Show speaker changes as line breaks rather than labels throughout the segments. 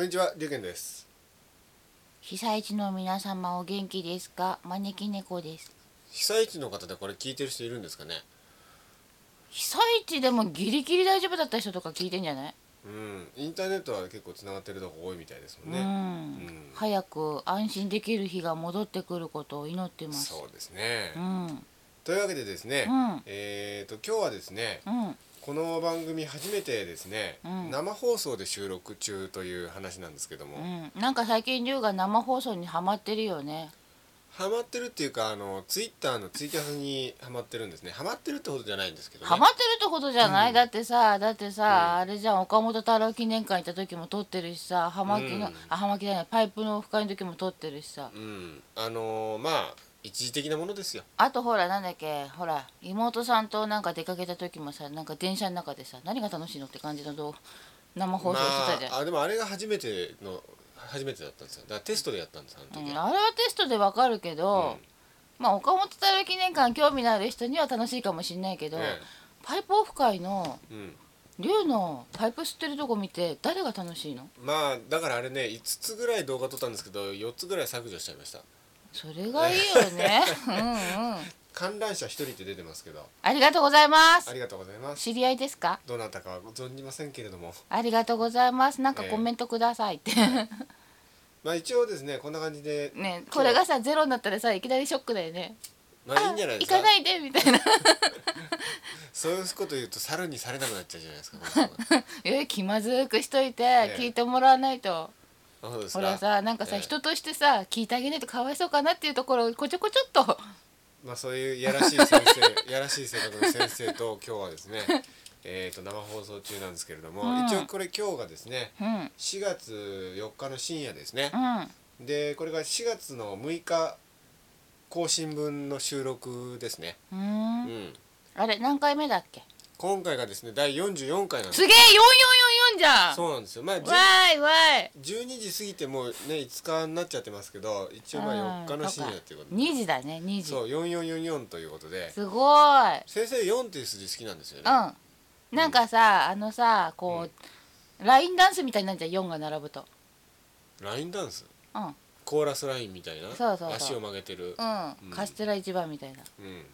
んにちは、りゅうけんです。
被災地の皆様お元気ですか招き猫です
被災地の方でこれ聞いてる人いるんですかね。
被災地でもギリギリ大丈夫だった人とか聞いてんじゃない、
うん、インターネットは結構つながってるとこ多いみたいですもん
う
ね。
ん、
うん
早く安心できる日が戻ってくることを祈ってます
そうですね
う。んうん
というわけでですね、
うん
えっと今日はですね、
うん
この番組初めてですね、
うん
生放送で収録中という話なんですけども、
なんか最近龍が生放送にハマってるよね
ハマってるっていうかあのツイッターのツイキャスにハマってるんですね。ハマってるってほどじゃないんですけどね。
ハマってるってことじゃない、だってさだってさ、あれじゃん岡本太郎記念館行った時も撮ってるしさ葉巻の、
うん
あ葉巻じゃないパイプのオフ会の時も撮ってるしさ
うん、あのーまあ一時的なものですよ。
あとほらなんだっけほら妹さんとなんか出かけた時もさなんか電車の中でさ何が楽しいのって感じのどう生放送してたじゃん、
まあ、あでもあれが初めての初めてだったんですよだからテストでやったんですあ
う
の
ん
時は、
あれはテストでわかるけど、まあ岡本太郎記念館興味のある人には楽しいかもしんないけど、
え
パイプオフ会の
えうん
龍のパイプ吸ってるとこ見て誰が楽しいの
まあだからあれね5つぐらい動画撮ったんですけど4つぐらい削除しちゃいました
それがいいよ ねうんうん
観覧者1人って出てますけど
ありがとうございま
あ
す
りがとうございます
知り合いですか
どなたかはご存じませんけれども
ありがとうございますなんか
ええ
コメントくださいって、
まあ一応ですねこんな感じで
ねこれがさゼロになったらさいきなりショックだよね
まあいいんじゃないです
行かないでみたいな
そういうこと言うと猿にされなくなっちゃうじゃないですかこの 人が
え気まずくしといて
え
聞いてもらわないと、
あそうですか
ほらさなんかさ、
ええ
人としてさ聞いてあげないとかわいそうかなっていうところをこちょこちょっと
まあそういうやらしい先生やらしい性格の先生と今日は ですねえーと生放送中なんですけれども、
うん
一応これ今日がですね
うんうん
4月4日の深夜ですね、でこれが4月の6日更新分の収録ですね、
う
うんん、
あれ何回目だっけ
今回がですね第44回なんです
すげえ4444じゃんわ
そうなんですよまあじゅ
ーいわーい
12時過ぎてもうね5日になっちゃってますけど一応まあ4日の深夜っていうことで
2時だね2時
そう4444ということです
ごーい
先生4っていう数字好きなんですよね、
うんなんかさあのさこう、ラインダンスみたいになっちゃう4が並ぶと
ラインダンス
うんうん
コーラスラインみたいな
そうそうそう
足を曲げてる、ん
カステラ一番みたいな
うん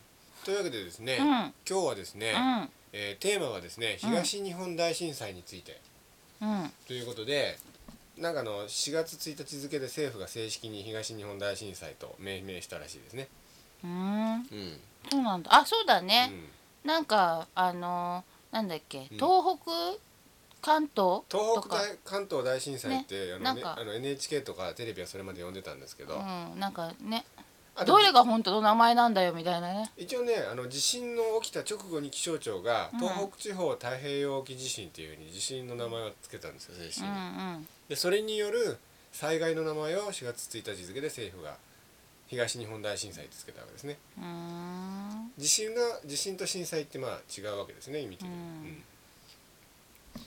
というわけでですね、
うん
今日はですね、
うん
えーテーマはですね
うん
東日本大震災について、
うん
ということでなんかあの4月1日付で政府が正式に東日本大震災と命名したらしいですね。
うーん
うん
そうなんだあそうだ
う
ね、
ん
なんかあのーなんだっ
う
け
ん
東北関東と
東北
か
大関東大震災って、
ね
あの
なん
ね
か
あの NHK とかテレビはそれまで呼んでたんですけど、
うんなんかね
あと
どれが本当の名前なんだよみたいなね
一応ねあの地震の起きた直後に気象庁が、
うん
東北地方太平洋沖地震っていうふうに地震の名前をつけたんですよ正
う
式
ん
に、
うん
でそれによる災害の名前を4月1日付で政府が東日本大震災ってつけたわけですね。
うーん
地震が地震と震災ってまあ違うわけですね意味的に、
うん
うん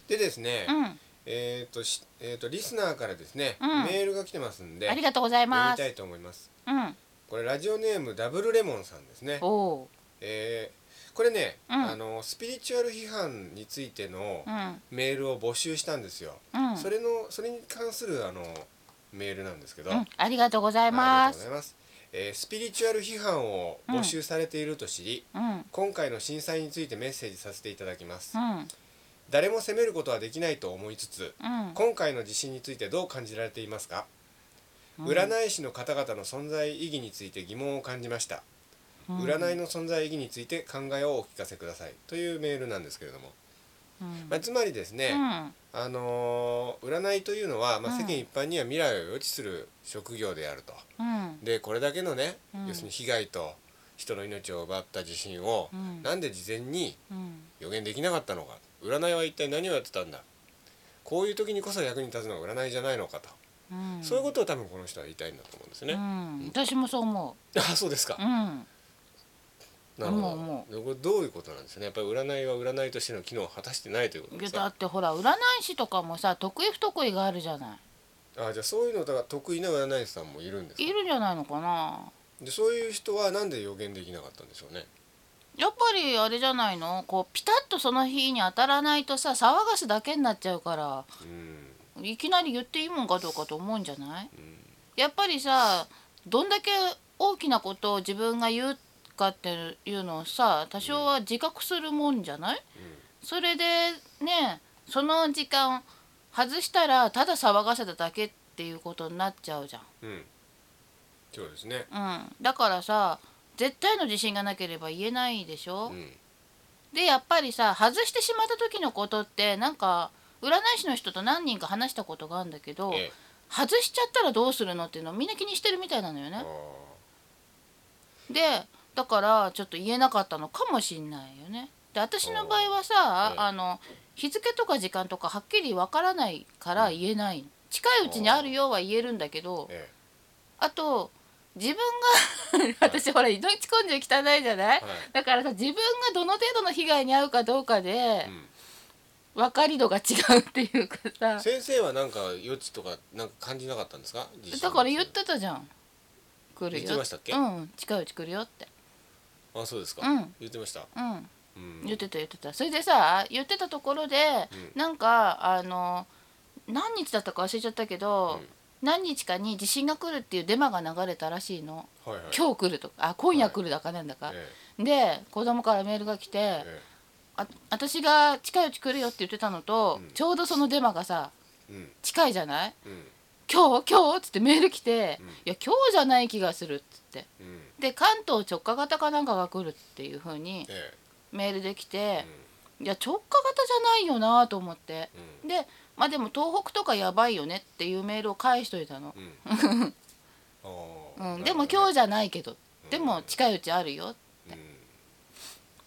でですね、
うん
えっ、としえっ、とリスナーからですね、
うん
メールが来てますんで
ありがとうござい
読
ま
みた
す
いと思います
うん
これラジオネームダブルレモンさんですね
おお
えーこれね、
うん
あのスピリチュアル批判についての
ううん
メールを募集したんですよ、
うん
それのそれに関するあのメールなんですけど、
うんありがとうござ
あ
いま
りがとうご
す
ざいます、えースピリチュアル批判を募集されていると知り、
うん
今回の震災についてメッセージさせていただきます
うん
誰も責めることはできないと思いつつ
うん
今回の地震についてどう感じられていますか、
うん
占い師の方々の存在意義について疑問を感じました、占い
い
の存在意義について考えをお聞かせくださいというメールなんですけれども、まあ、つまりですね、あのー占いというのは、まあ、
うん
世間一般には未来を予知する職業であると
うん
でこれだけのね、
うん
要するに被害と人の命を奪った地震を、
うん
なんで事前に
うん
予言できなかったのか占いは一体何をやってたんだこういう時にこそ役に立つのが占いじゃないのかと、
うん
そういうことを多分この人は言いたいんだと思うんですよ
う
ね、
ん私もそう思
あそうですか
う、うん
なるほど、
も
でこれどういうことなんですねやっぱり占いは占いとしての機能を果たしてないということ
い
で
や
す
だ
か
ってほら占い師とかもさ得意不得意があるじゃない
あじゃあそういうのが得意な占い師さんもいるんです
い
か
るんじゃないのかな
でそういう人はなんで予言できなかったんでしょうね
やっぱりあれじゃないのこうピタッとその日に当たらないとさ騒がすだけになっちゃうから
うん
いきなり言っていいもんかどうかと思うんじゃないやっぱりさどんだけ大きなことを自分が言うかっていうのをさ多少は自覚するもんじゃない、それでねその時間外したらただ騒がせただけっていうことになっちゃうじゃん。
うんうんそうですね
うん、だからさ絶対の自信がなければ言えないでし
う
ょ、
ん
でやっぱりさ外してしまった時のことってなんか占い師の人と何人か話したことがあるんだけど
ええ
外しちゃったらどうするのっていうのをみんな気にしてるみたいなのよ
あ
ね。
ー
でだからちょっと言えなかったのかもしんないよね。で私の場合はさ
ええ
あの日付とか時間とかはっきりわからないから言えないの近いうちにあるよは言えるんだけど
え
あと自分が私ほら命根性汚いじゃない
えはい
だからさ自分がどの程度の被害に遭うかどうかで
うん
分かり度が違うっていうかさ
先生はなんか余地とかなんか感じなかったんですか実際
だから言ってたじゃん来るよ
言ってましたっけ
うん近いうち来るよって
あそうですか、
うん
言ってました、
うん
うん、
言ってた言ってたそれでさ言ってたところで、
うん
なんかあの何日だったか忘れちゃったけど、
うん
何日かに地震が来るっていうデマが流れたらしいの、
はいはい
今日来るとかあ今夜来るだかなんだか、
え
で子供からメールが来て、
ええ
あ私が近いうち来るよって言ってたのと、
うん
ちょうどそのデマがさ
えうん
近いじゃない
うん
今日今日っつってメール来て、
うん
いや今日じゃない気がするっつって
うん
で関東直下型かなんかが来るっていう風に
え
メールでき
え
て、いや直下型じゃないよなと思って
うん
でまあでも東北とかやばいよねっていうメールを返しといたの、
うんう んあ
う
ー
ん、でも今日
なる
じゃないけど
ほどね
でも近いうちあるよ、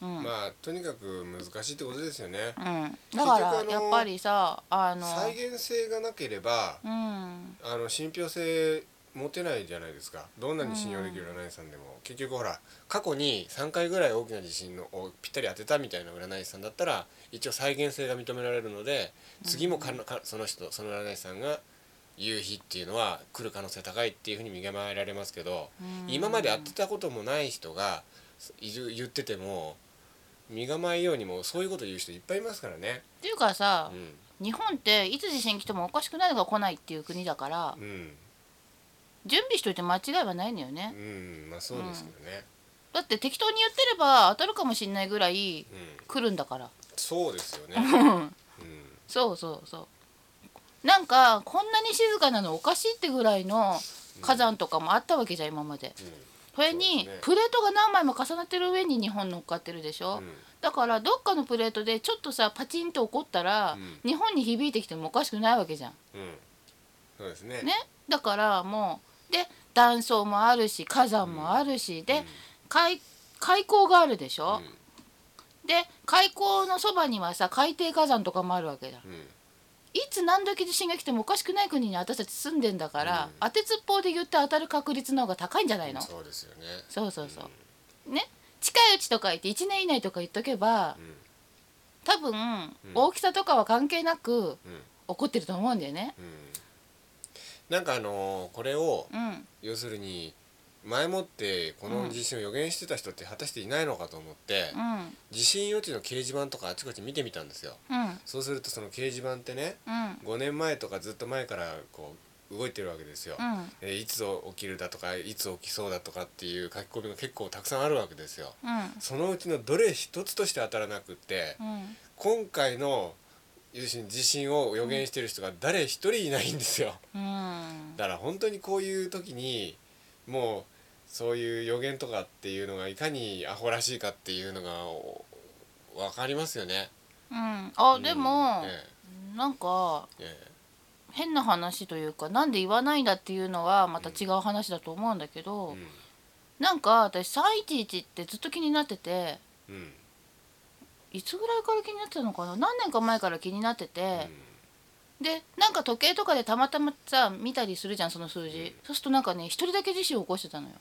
うん
うん
うんまあとにかく難しいってことですよね、
うん、だから
結局あの
やっぱりさあの
再現性がなければ
うん
あの信憑性持てないじゃないですかどんなに信用できる占い師さんでも、結局ほら過去に3回ぐらい大きな地震のをぴったり当てたみたいな占い師さんだったら一応再現性が認められるので次もかなかその人その占い師さんが言う日っていうのは来る可能性高いっていうふうに見構えられますけど、
うん
今まで当てたこともない人がいる言ってても身構えようにもそういうこと言う人いっぱいいますからね。
っていうかさ、
うん
日本っていつ地震来てもおかしくないのが来ないっていう国だから
うん
準備しといて間違いはないのよね
うんまあそうですけどね、
だって適当に言ってれば当たるかもしんないぐらい
うん、
来るんだから
そうですよね、うん
そうそうそうなんかこんなに静かなのおかしいってぐらいの火山とかもあったわけじゃん今までそれ
そうで
に
すね
プレートが何枚も重なってる上に日本乗っかってるでし
う
ょ
んうん
だからどっかのプレートでちょっとさパチンと起こったら
う
日本に響いてきてもおかしくないわけじゃん
うん、そうですね
ねだからもうで断層もあるし火山もあるし、で海海溝があるでし
うん
ょ、で海溝のそばにはさ海底火山とかもあるわけだ
うんうん
いつ何時地震が来てもおかしくない国に私たち住んでんだから、
うん
当てつっぽうで言って当たる確率の方が高いんじゃないの、
そうですよね
そうそうそう、ね近いうちとか言って1年以内とか言っとけば
う
多分、大きさとかは関係なく
んうん
起こってると思うんだよね
うんなんかあのーこれを
うん
要するに前もってこの地震を予言してた人って果たしていないのかと思って、
うん
地震予知の掲示板とかあちこち見てみたんですよ
うん
そうするとその掲示板ってね
うん
5年前とかずっと前からこう動いてるわけですよ、
うん
えーいつ起きるだとかいつ起きそうだとかっていう書き込みが結構たくさんあるわけですよ。
うん
そのうちのどれ一つとして当たらなくって、
うん
今回の要するに地震を予言してる人が誰一人いないんですよ。
うん
だから本当にこういう時にもうそういう予言とかっていうのがいかにアホらしいかっていうのがおわかりますよね。
うん、あでも、
うんえ
なんか
ええ
変な話というかなんで言わないんだっていうのはまた違う話だと思うんだけ
え
ど、
うん
なんか私311ってずっと気になってて
うん
いつぐらいから気になってたのかな何年か前から気になって
うん
て、でなんか時計とかでたまたまさ見たりするじゃんその数字、
うん
そうするとなんかね一人だけ地震を起こしてたのよ。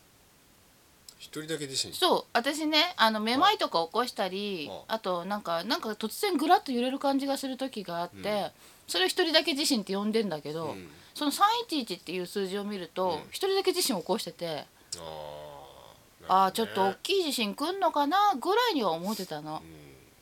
一人だけ地震。
そう私ねあのめまいとか起こしたり
は
あとなんかなんか突然ぐらっと揺れる感じがする時があって、
うん
それを一人だけ地震って呼んでんだけど、
うん
その311っていう数字を見る
うん
と一、人だけ地震を起こして
あ
て
ー
あ
な
あ
る
ちょっ
ほ
と
どね
大きい地震来んのかなぐらいには思ってたの
う。ん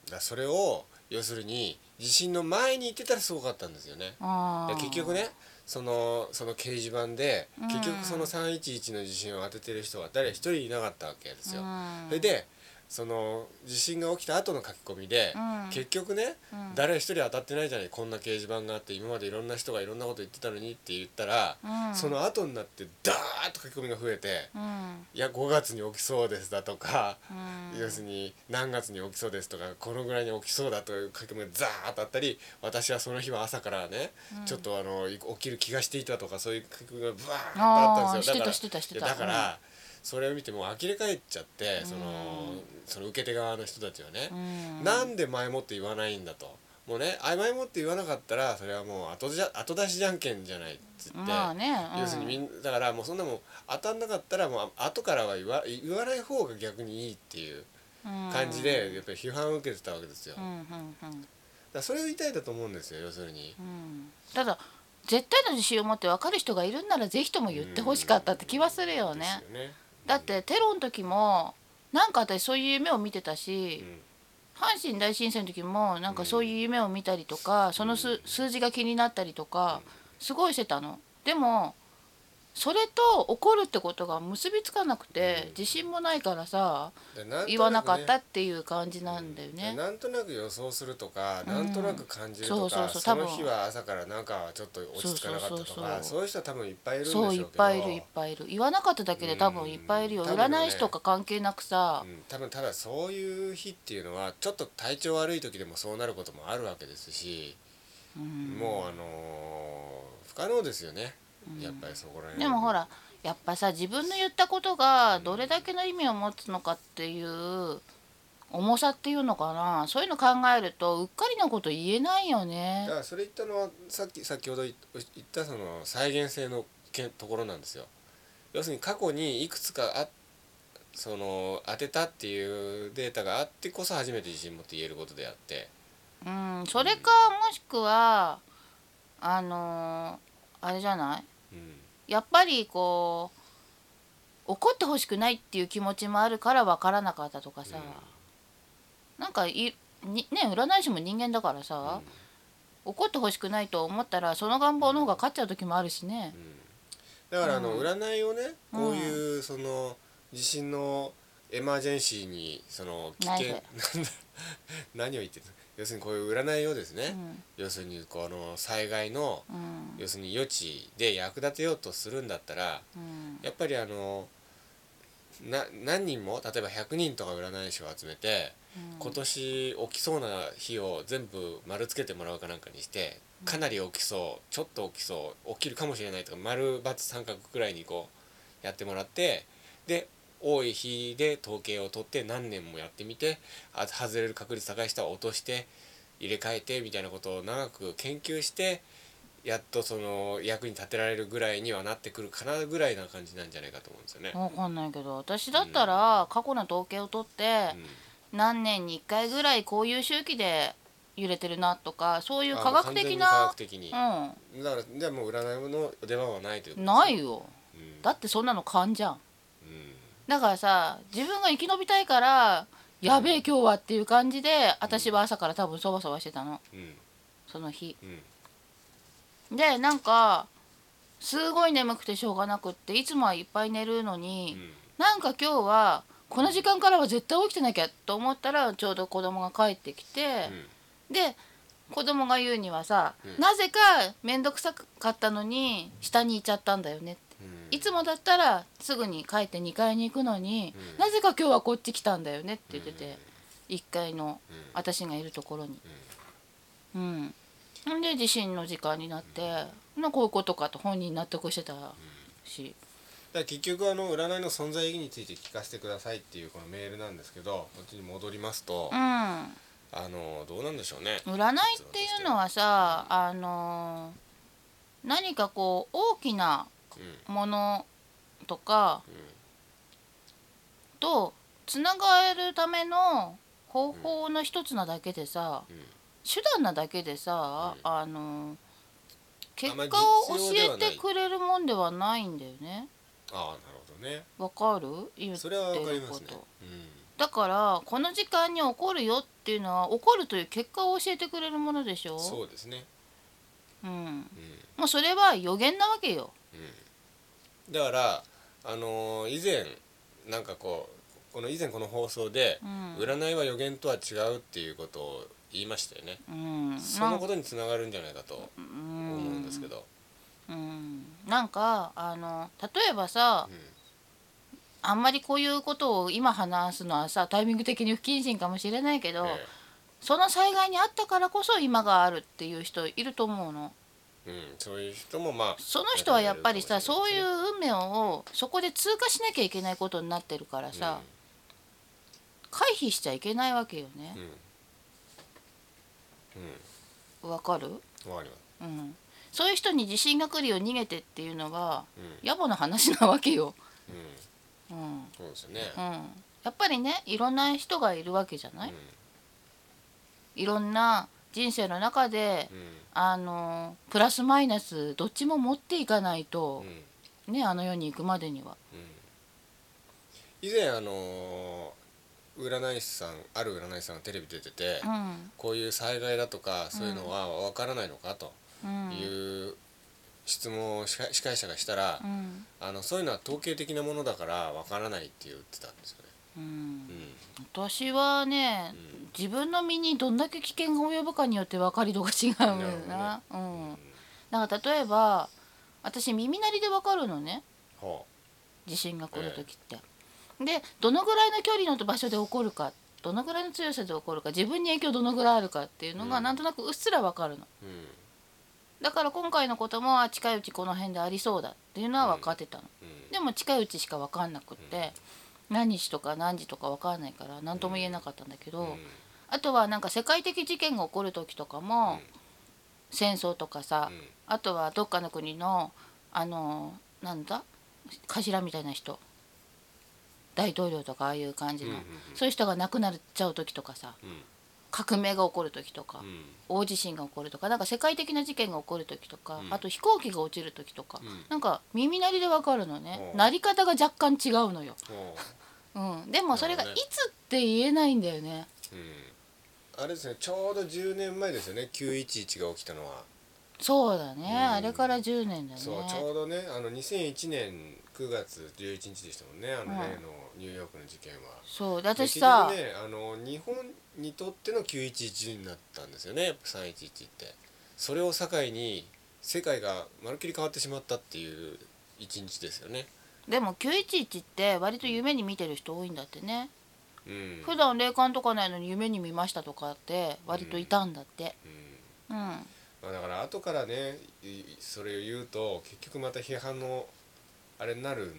だからそれを要するに地震の前に行ってたらすごかったんですよね。
あ
い
ー
や結局ねそのその掲示板で
うん
結局その311の地震を当ててる人は誰一人いなかったわけですよ。
うん
それでその地震が起きた後の書き込みで、
うん
結局ね、
うん
誰一人当たってないじゃないこんな掲示板があって今までいろんな人がいろんなこと言ってたのにって言ったら、
うん
その後になってダーッと書き込みが増えて
うん
「いや5月に起きそうです」だとか、
うん
要するに何月に起きそうですとかこのぐらいに起きそうだという書き込みがザーッとあったり私はその日は朝からね、ちょっとあのい起きる気がしていたとかそういう書き込みがブワーッとあったんですよ
あー
だから
してたしてたしてた
いやだか
うん
ら、それを見てもう呆れ返っちゃってその,、
うん
その受け手側の人たちはね、
うん
なんで前もって言わないんだと。もうね、あ前もって言わなかったらそれはもう後じゃ後出しじゃんけんじゃないっつって、
まあね、うん
要するにみんだからもうそんなもん当たんなかったらもうあ後からは言わ言わない方が逆にいいっていう感じでやっぱり批判を受けてたわけですよ、
う
だか
んうんうん
らそれを言いたいだと思うんですよ要するに
うんただ絶対の自信を持って分かる人がいるんならぜひとも言ってほしかったって気はするよね。
ですよね
だってテロの時もなんか私そういう夢を見てた
う
し、
ん
阪神大震災の時もなんかそういう夢を見たりとか、その数数字が気になったりとかすごいしてたの。でもそれと怒るってことが結びつかなくて、自信もないからさ
だらんとくね
言わなかったっていう感じなんだよね。
なんとなく予想するとか、
うん
なんとなく感じるとか
そうそうそう
そ
多分
の日は朝からなんかちょっと落ち着かなかったとか
そ
そうう
そうそうそう
いう人は多分いっぱいいるんでしょ
そうう
け
いっ
ど
ぱいいるいっぱいいる言わなかっただけで多分いっぱいいるよ、
うん多分ね
占い師とか関係なくさ
う、ん、多分ただそういう日っていうのはちょっと体調悪い時でもそうなることもあるわけですし、
うん
もうあのー不可能ですよね、やっぱりそこら辺
でもほらやっぱさ自分の言ったことがどれだけの意味を持つのかっていう重さっていうのかなそういうの考えるとうっかりなこと言えないよ
だ
ね
か。らそれ言ったのはさっき先ほど言言ったその再現性のけところなんですよ要するに過去にいくつかあその当てたっていうデータがあってこそ初めて自信持って言えることであって
うん、それかもしくはあのーあれじゃない
うん
やっぱりこう怒ってほしくないっていう気持ちもあるから分からなかったとかさ、なんかいにね占い師も人間だからさ、怒ってほしくないと思ったらその願望の方が勝っちゃう時もあるしね。
だからあの
うん
占いをねこういうその地震のエマージェンシーにその危険
ナイ
何を言ってるの要するにこういう占いをですね、
うん
要するにこの災害の
うん
要するに余地で役立てようとするんだったら
うん
やっぱりあのな何人も例えば100人とか占い師を集めて、
うん
今年起きそうな日を全部丸つけてもらうかなんかにしてかなり起きそうちょっと起きそう起きるかもしれないとか丸×三角くらいにこうやってもらってで多い日で統計を取って何年もやってみてあ外れる確率高い人は落として入れ替えてみたいなことを長く研究してやっとその役に立てられるぐらいにはなってくるかなぐらいな感じなんじゃないかと思うんですよね。
わかんないけど私だったら過去の統計を取って
うん
何年に1回ぐらいこういう周期で揺れてるなとかそういう科
あ
学
完全
的
に科
な
学的に
う
だからじゃあもう占いの出番はないというこ
ん
と
な
ですね
いよ
うん
だってそんなの勘じゃん
うん
だからさ自分が生き延びたいからやべえ今日はっていう感じで私は朝から多分そわそわしてたの
うん
その日
うん
でなんかすごい眠くてしょうがなくっていつもはいっぱい寝るの
う
に、
ん
なんか今日はこの時間からは絶対起きてなきゃと思ったらちょうど子供が帰ってきて、で子供が言うにはさ、
うん
なぜか面倒くさかったのに下にいちゃったんだよねって
うん
いつもだったらすぐに帰って2階に行くのに、
うん
なぜか今日はこっち来たんだよねって言ってて、1階の
うん
私がいるところに。うん、んで地震の時間になって、なこういうことかと本人納得してたし、
だから結局あの占いの存在意義について聞かせてくださいっていうこのメールなんですけどこっちに戻りますと、
うん、占い
あのどうなんでしょうね。
っていうのはさあのー何かこう大きな
うん
ものとか
う
とつながるための方法の一つなだけでさ、
んうん
手段なだけでさ、
う
あのー結
あま
果
り
を
実用では
教え
ない
てくれるもんではないんだよね。
ああなるほどね。
わかる言って
それはわかり
る
ま
こ
すね
と。。
うん
だからこの時間に起こるよっていうのは起こるという結果を教えてくれるものでしょ
そうですね、
う、ん、
う
もうそれは予言なわけよ
ん、だからあのー以前なんかこうこの以前この放送で
うん、
占いは予言とは違うっていうことを言いましたよね、
うん、
そのことにつながるんじゃないかと
なん
思うんですけど、
うん、なんかあの例えばさ
うん
あんまりこういうことを今話すのはさタイミング的に不謹慎かもしれないけど、
え
その災害にあったからこそ今があるっていう人いると思うの。
えうん、そういう人もまあ
その人はやっぱりさ
中には
そう
い
い
る
う
か
運命をそこで通過しなきゃいけないことになってるからさ、回避しちゃいけないわけよね
うんうん、うん
わかる、
わかります。
うん、そういう人に地震が来るよ逃げてっていうのは
うん、
野暮な話なわけよ、
うん、
うんうん、
そうですよね。
やっぱりねいろんな人がいるわけじゃない、いろんな人生の中で
うん、
あのプラスマイナスどっちも持っていかない
うん、う
と
ん、、
ねあの世に行くまでには。
うん。以前あのー占い師さん、ある占い師さんがテレビ出てて、
うん
こういう災害だとかそういうのはわからないのかと
うん
いう質問を司会司会者がしたら
う、ん
あのそういうのは統計的なものだからわからないって言ってたんですよね。
うん
うん、
私はね、
うん
自分の身にどんだけ危険が及ぶかによって分かり度が違うんだよな。うん、だから例えば私耳鳴りで分かるのね
ほ
地震が来る時って。でどのぐらいの距離の場所で起こるかどのぐらいの強さで起こるか自分に影響どのぐらいあるかっていうのが
うん
なんとなくうっすら分かるの。
う、うん、
だから今回のこともあ近いうちこの辺でありそうだっていうのは分かってたの。
うん、
でも近いうちしか分かんなくって何日とか何時とか分かんないから何とも言えなかったんだけ
う
ど。
ん、
あとはなんか世界的事件が起こる時とかも、
うん
戦争とかさ、
うん
あとはどっかの国のあのなんだ頭みたいな人大統領とかああいう感じの、
うんうんうん
そういう人が亡くなっちゃう時とかさ
うん、
革命が起こる時とか、
うん、
大地震が起こるとかなんか世界的な事件が起こる時とか、
うん
あと飛行機が落ちる時とか、
うん
なんか耳鳴りでわかるのね、
うん
鳴り方が若干違うのよ、
ほう。
うん、でもそれがい
なるほどね
つって言えないんだよね
うん、あれですねちょうど10年前ですよね911が起きたのは、
そうだね、
うん
あれから10年だね
そうちょうどねあの2001年9月11日でしたもんねあの
うん
例のニューヨークの事件は。
そうで私さ、
で結局ねあの日本にとっての911になったんですよね311ってそれを境に世界がまるっきり変わってしまったっていう一日ですよね。
でも911って割と夢に見てる人多いんだってね、
うん、
普段霊感とかないのに夢に見ましたとかって割といたんだって
うん
うん、
まあ、だから後からねいそれを言うと結局また批判のあれになる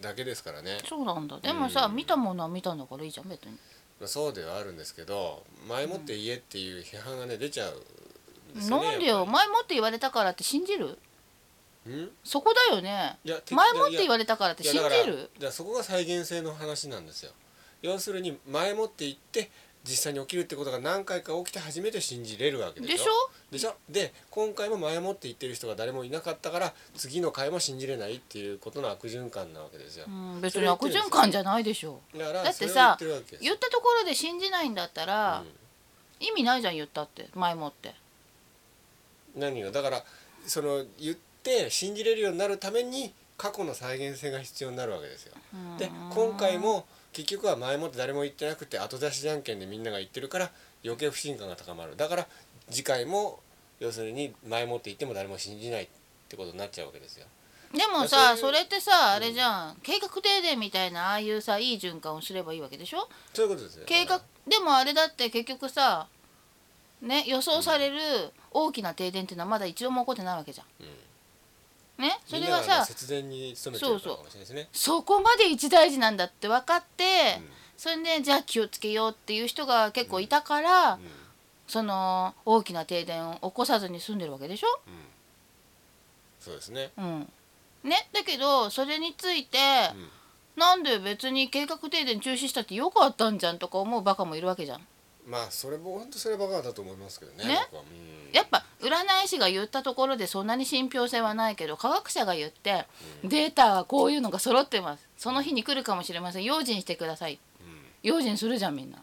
だけですからね、
そうなんだでもさ、
うん
見たものは見たんだからいいじゃん別に
まあ、そうではあるんですけど前もって言えっていう批判がね出ちゃうんですよね。
なんでよ
やっぱ
前もって言われたからって信じる
りん
そこだよね
いやて
前もって言
いや
われたからって
いや
信
だから
じる
だからそこが再現性の話なんですよ。要するに前もって言って実際に起きるってことが何回か起きて初めて信じれるわけでしょ
でしょ
でしょで今回も前もって言ってる人が誰もいなかったから次の回も信じれないっていうことの悪循環なわけですよ。
うん、別に悪循環じゃないでしょ
だから
だっ
そ
て
れを言
さ
ってるわけです
言
よ
ったところで信じないんだったら、意味ないじゃん言ったって前もって
うん、何がだからその言って信じれるようになるために過去の再現性が必要になるわけですよ。で今回も結局は前もって誰も言ってなくて後出しじゃんけんでみんなが言ってるから余計不信感が高まるだから次回も要するに前もって言っても誰も信じないってことになっちゃうわけですよ。
でも
まあそうい
さ
う
それってさあれじゃん、計画停電みたいなああいうさいい循環をすればいいわけでしょ
そういうことですよ。
計
だ
画
か
でもあれだって結局さね予想される大きな停電っていうのはまだ一度も起こってないわけじゃ
ら、うん、
んねそれが
みんなね
さ
節電に努めてるからかもしれないですね。
そこまで一大事なんだって分かって、
うん
それでじゃあ気をつけようっていう人が結構いたから、
うん
その大きな停電を起こさずに済んでるわけでしょ
うん、そうですね。
うんねだけどそれについて、
うん
なんで別に計画停電中止したってよかったんじゃんとか思うバカもいるわけじゃん
まあそれも本当そればかだと思いますけどね。
ね
僕はうん
やっぱ占い師が言ったところでそんなに信憑性はないけど科学者が言ってデータはこういうのが揃ってますその日に来るかもしれません用心してください
うん
用心するじゃんみんな。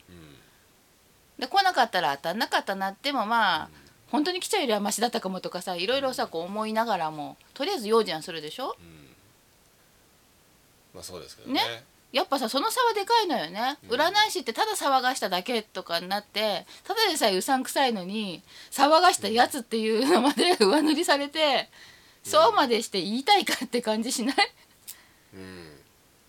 で来なかったら当たんなかったなってもまあ本当に来ちゃうよりはマシだったかもとかさいろいろさこう思いながらもとりあえず用心はするでしょ
うんまあそうですけどね
ねやっぱさその差はでかいのよね
うん
占い師ってただ騒がしただけとかになってただでさえうさんくさいのに騒がしたやつっていうのまで 上塗りされてそうまでして言いたいかって感じしない
うん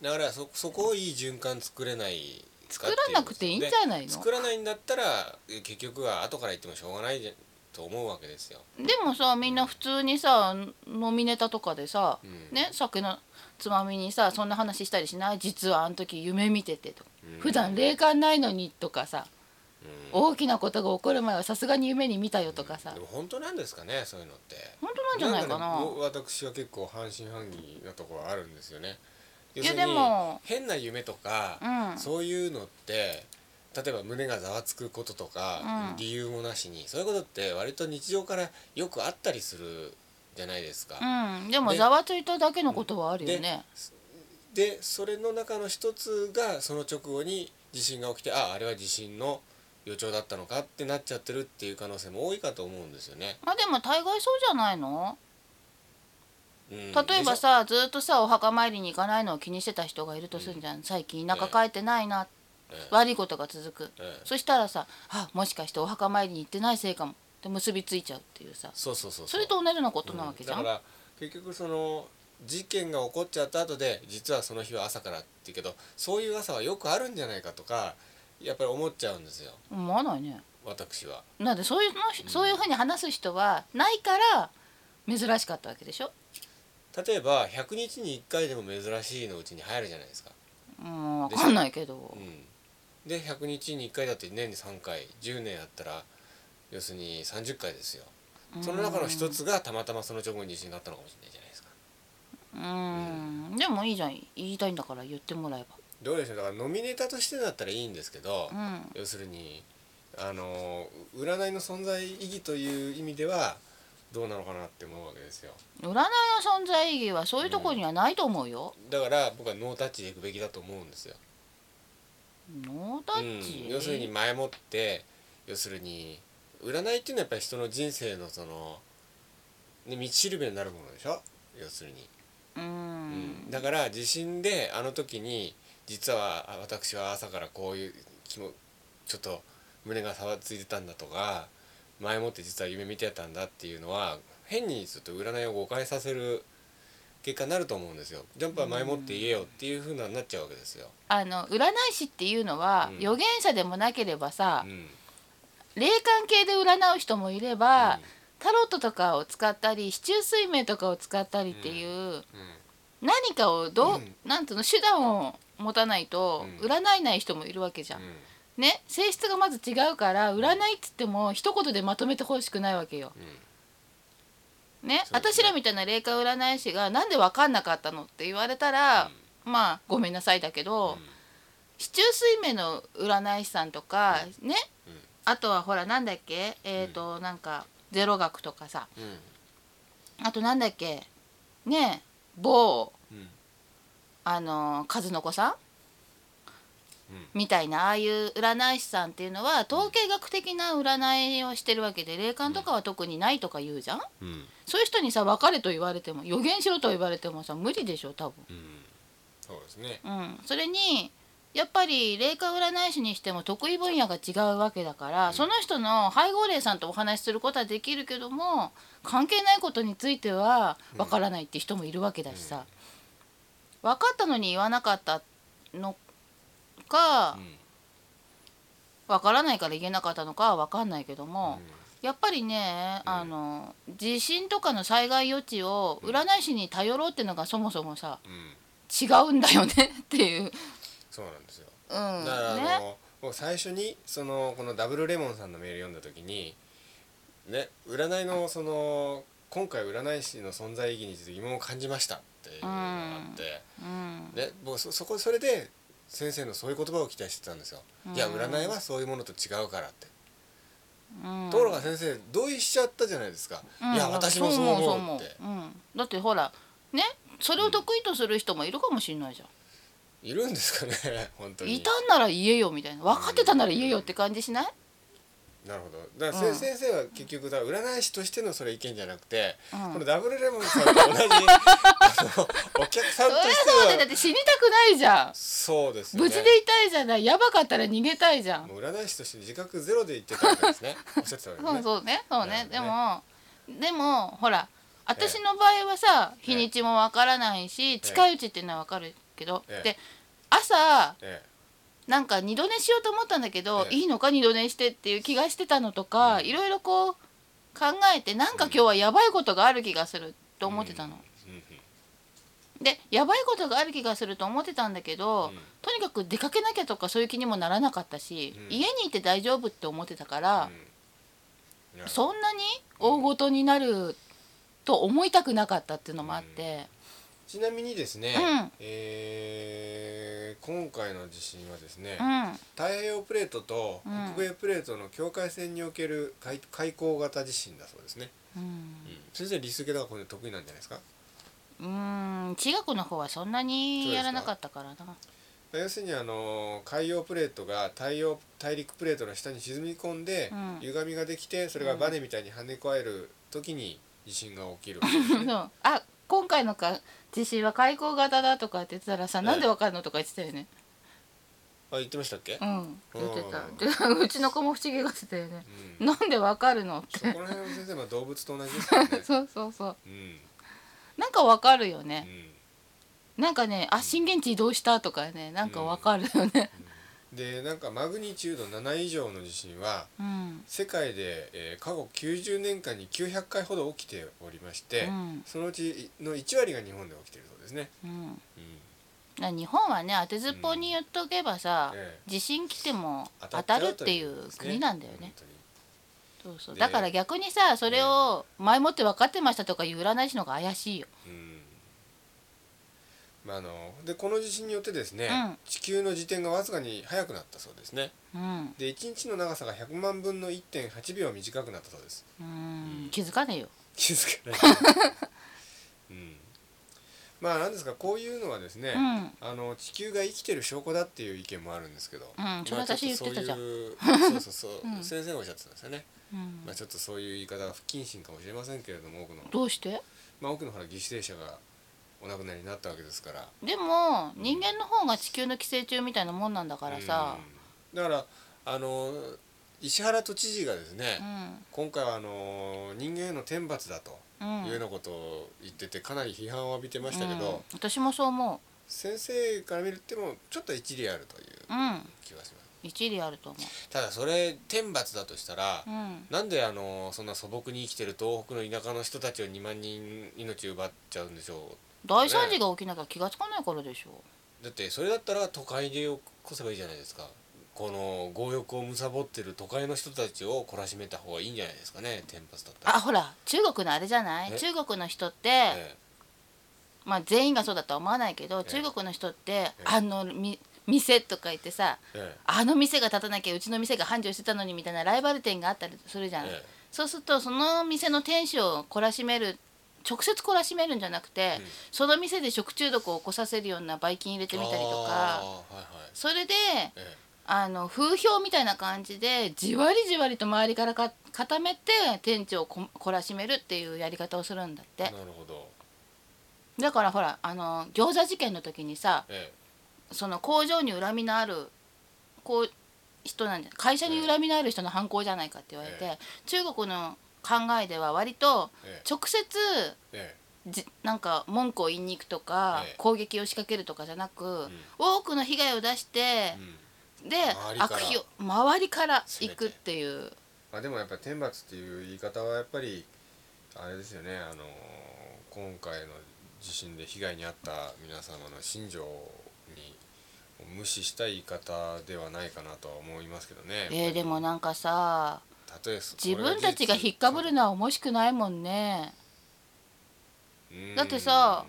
だからそそこをいい循環作れない作
作らなくていいんじゃないの
作らないんだったらえ結局は後から言ってもしょうがないじゃんと思うわけですよ、
でもさみんな普通にさ飲みネタとかでさ
うん
ね酒のつまみにさそんな話したりしない実はあの時夢見ててとか
うん
普段霊感ないのにとかさ
うん
大きなことが起こる前はさすがに夢に見たよとかさ
でも本当なんですかねそういうのって
本当なんじゃないか
ん
な
かね私は結構半信半疑なところはあるんですよね要
いや
するに
でも
変な夢とか、
うん
そういうのって例えば胸がざわつくこととか、
うん
理由もなしにそういうことって割と日常からよくあったりするじゃないですか、
うんでもざわついただけのことはあるよね
でそれの中の一つがその直後に地震が起きてああれは地震の予兆だったのかってなっちゃってるっていう可能性も多いかと思うんですよね。
まあでも大概そうじゃないの
うん
例えばさずっとさお墓参りに行かないのを気にしてた人がいるとするじゃん最近田舎帰ってないな
でしょ
悪いことが続く
うんうん
そしたらさあもしかしてお墓参りに行ってないせいかもって結びついちゃうっていうさ
そうそうそうう
それと同じようなことなわけじゃ
うんだから結局その事件が起こっちゃった後で実はその日は朝からって言うけどそういう朝はよくあるんじゃないかとかやっぱり思っちゃうんですよ
思わないね
私は。
なんでそういうの、そういうふうに話す人はないから珍しかったわけでしょ
例えば100日に1回でも珍しいのうちに入るじゃないですか。
うんわかんないけ
う
ど
ん、で100日に1回だって年に3回10年やったら要するに30回ですよ。その中の一つがたまたまその直後に地震があったのかもしれないじゃないですか。
うんうんでもいいじゃん言いたいんだから言ってもらえば
どうでしょうだからノミネーターとしてだったらいいんですけど、
うん
要するにあの占いの存在意義という意味ではどうなのかなって思うわけですよ
占いの存在意義はそういうところにはないと思うよ、
だから僕はノータッチでいくべきだと思うんですよ、
ノータッチ、
うん要するに前もって要するに占いっていうのはやっぱり人の人生のその、ね、道しるべになるものでしょ要するに、
う
うん
ん
だから地震であの時に実はあ私は朝からこういう気もちょっと胸がざわついてたんだとか前もって実は夢見てたんだっていうのは変にちょっと占いを誤解させる結果になると思うんですよ。ジャンプは前もって言えよっていうふうなになっちゃうわけですよ。
あの占い師っていうのは、
うん
予言者でもなければさ
う、ん
霊感系で占う人もいれ
う
ば、
ん
タロットとかを使ったり市中水明とかを使ったりっていう、何かをどう、
うん
なんていうの手段を持たないと
うん
占えない人もいるわけじゃん、
うんうん
ね性質がまず違うから占いっつっても一言でまとめてほしくないわけよ、
うん
ね
そうですね
私らみたいな霊界占い師がなんで分かんなかったのって言われたら、まあごめんなさいだけど、市中水明の占い師さんとか、ね
うん
あとはほらなんだっけえっ、と、なんかゼロ学とかさ
うん
あとなんだっけね某
うん
あの数の子さん
うん
みたいなああいう占い師さんっていうのは統計学的な占いをしてるわけで霊感とかは特にないとか言うじゃん
うん
そういう人にさ別れと言われても予言しろと言われてもさ無理でしょ多分、
うんそうですね。
うん、それにやっぱり霊感占い師にしても得意分野が違うわけだから、その人の配合霊さんとお話しすることはできるけども関係ないことについてはわからないって人もいるわけだしさ、分かったのに言わなかったのか、
うん
わからないから言えなかったのかはわかんないけど
う
も、
ん
やっぱりね、
うん
あの地震とかの災害予知を占い師に頼ろうってのがそもそもさ
うん
違うんだよね っていう、
そうなんですよ。
うん
だからあの、
ね、
僕最初にそのこのダブルレモンさんのメール読んだ時にね占いのその今回占い師の存在意義について疑問を感じましたっていうのがあって、
うん
ね僕そそこそれで先生のそういう言葉を期待してたんですよ。いや
うん
占いはそういうものと違うからって。
うん
ところが先生同意しちゃったじゃないですか。
うん
いや私もそう思うって
そ。う思ううんだってほらねそれを得意とする人もいるかもしれないじゃん、
いるんですかね 本当に
いたんなら言えよみたいな分かってたなら言えよって感じしない、
なるほどだから、せ
う
先
ん
生は結局だから占い師としてのそれ意見じゃなくて、
うん
このダブルレモンさんと同じあのお客さん
そ
と
れ
して
はそうだ
は
って死にたくないじゃん
そうですよね
無事でいたいじゃないやばかったら逃げたいじゃん
もう占い師として自覚ゼロで言ってたわけです ねおっしゃってたわけです
そ
ね
うそうねそうね
な
で
る
もでもほら私の場合はさ日にちもわからないし近いうちっていうのはわかるけど
ええ
で朝
え
なんか二度寝しようと思ったんだけど
ええ
いいのか二度寝してっていう気がしてたのとか
うん
いろいろこう考えてなんか今日はやばいことがある気がすると思ってたの。
えうんうん
でやばいことがある気がすると思ってたんだけど、
うん
とにかく出かけなきゃとかそういう気にもならなかったし、
うん
家にいて大丈夫って思ってたから、
うんなるほど
そんなに大ごとになると思いたくなかったっていうのもあって、
ちなみにですね、
うん
えー今回の地震はですね、
うん
太平洋プレートと
うん
北米プレートの境界線における海海溝型地震だそうですね、
うん
先生理数系だからこれ得意なんじゃないですか
うん地学の方はそんなにやらなかったからな。
要するにあの海洋プレートが太陽大陸プレートの下に沈み込んで、
うん
歪みができてそれがバネみたいに跳ね返る時に地震が起 きるわけです
そ
ね
うあ今回のか地震は開口型だとかって言ってたらさ、
ええ
なんでわかるのとか言ってたよね。
あ言ってましたっけ、う
う
ん
ん、言ってた。 でうちの子も不思議がってたよね。なんでわかるのっ
そ
て。
こら辺は先生は動物と同じですよ ね
そうそうそう。
うん、
なんかわかるよ
う
ね。
ん
なんかね、あ、震源地移動したとかね、なんかわかるよね。
でなんかマグニチュード7以上の地震は
うん。
世界で、えー過去90年間に900回ほど起きておりまして、
うん
そのうちの1割が日本で起きているそうですね。
うん。
うん
な日本はね、当てずっぽうに言っとけばさ、
ええ
地震来ても当
っちゃ
たるってい
とこ
う
とです
国なんだよね。。
本
そうそう。
で
だから逆にさ、それを前もって分かってましたとかいう占い師の方が怪しいよ。
当にうんまああのでこの地震によってですね、
うん
地球の自転がわずかに速くなったそうですね。
うん。
で一日の長さが100万分の1.8秒短くなったそうです。
うーん気づかねえよ。
気づか ない。うん。まあなんですかこういうのはですね、
うん
あの地球が生きてる証拠だっていう意見もあるんですけど、
うんそれ
まあちょと
私言ってたじゃん
そういうそうそうそう、
うん
先生がおっしゃってたんですよね、
うん
まあちょっとそういう言い方が不謹慎かもしれませんけれども多くの
どうして
まあ多くのほら犠牲者がお亡くなりになったわけですから
でも人間の方が地球の寄生虫みたいなもんなんだからさ、
うんだからあの石原都知事がですね、
うん
今回はあの人間への天罰だと
うん
いうようなことを言っててかなり批判を浴びてましたけど、
うん私もそう思
先生から見るってもちょっと一理あるという
ううん
気がします、
一理あると思
ただそれ天罰だとしたら、
ううん
なんであのそんな素朴に生きてる東北の田舎の人たちを2万人命奪っちゃうんでしょ
大惨事が起きなきゃ気がつかないからでしょ
うだってそれだったら都会で起こせばいいじゃないですかこの強欲を貪ってる都会の人たちを懲らしめた方がいいんじゃないですかね天罰だったら
あほら中国のあれじゃない
え
中国の人って、
え
まあ全員がそうだとは思わないけど
え
中国の人って
え
あのみ店とか言ってさ
ええ
あの店が立たなきゃうちの店が繁盛してたのにみたいなライバル店があったりするじゃん、
ええ
そうするとその店の店主を懲らしめる直接懲らしめるんじゃなくて、
うん
その店で食中毒を起こさせるようなばい菌入れてみたり
あー
とか
はいはい
それで
え
あの風評みたいな感じでじわりじわりと周りからか固めて店長をこ懲らしめるっていうやり方をするんだっ
えな
て
るほど
だからほらあの餃子事件の時にさ
え
その工場に恨みのあるこう人なんじゃ会社に恨みのある人の犯行じゃないかって言われて、
え
中国の考えでは割と
え
直接
ええ
じなんか文句を言いに行くとか、
ええ
攻撃を仕掛けるとかじゃなく、
ん
多くの被害を出して
えう、ん
で
周りから
悪評周りから行くっていう
まあ、でもやっぱり天罰っていう言い方はやっぱりあれですよね、あのー今回の地震で被害に遭った皆様の心情に無視した言い方ではないかなとは思いますけどね。
えーでもなんかさ
たとえそ
自分たちが引っかぶるのは面しくないもんね
うん
だってさ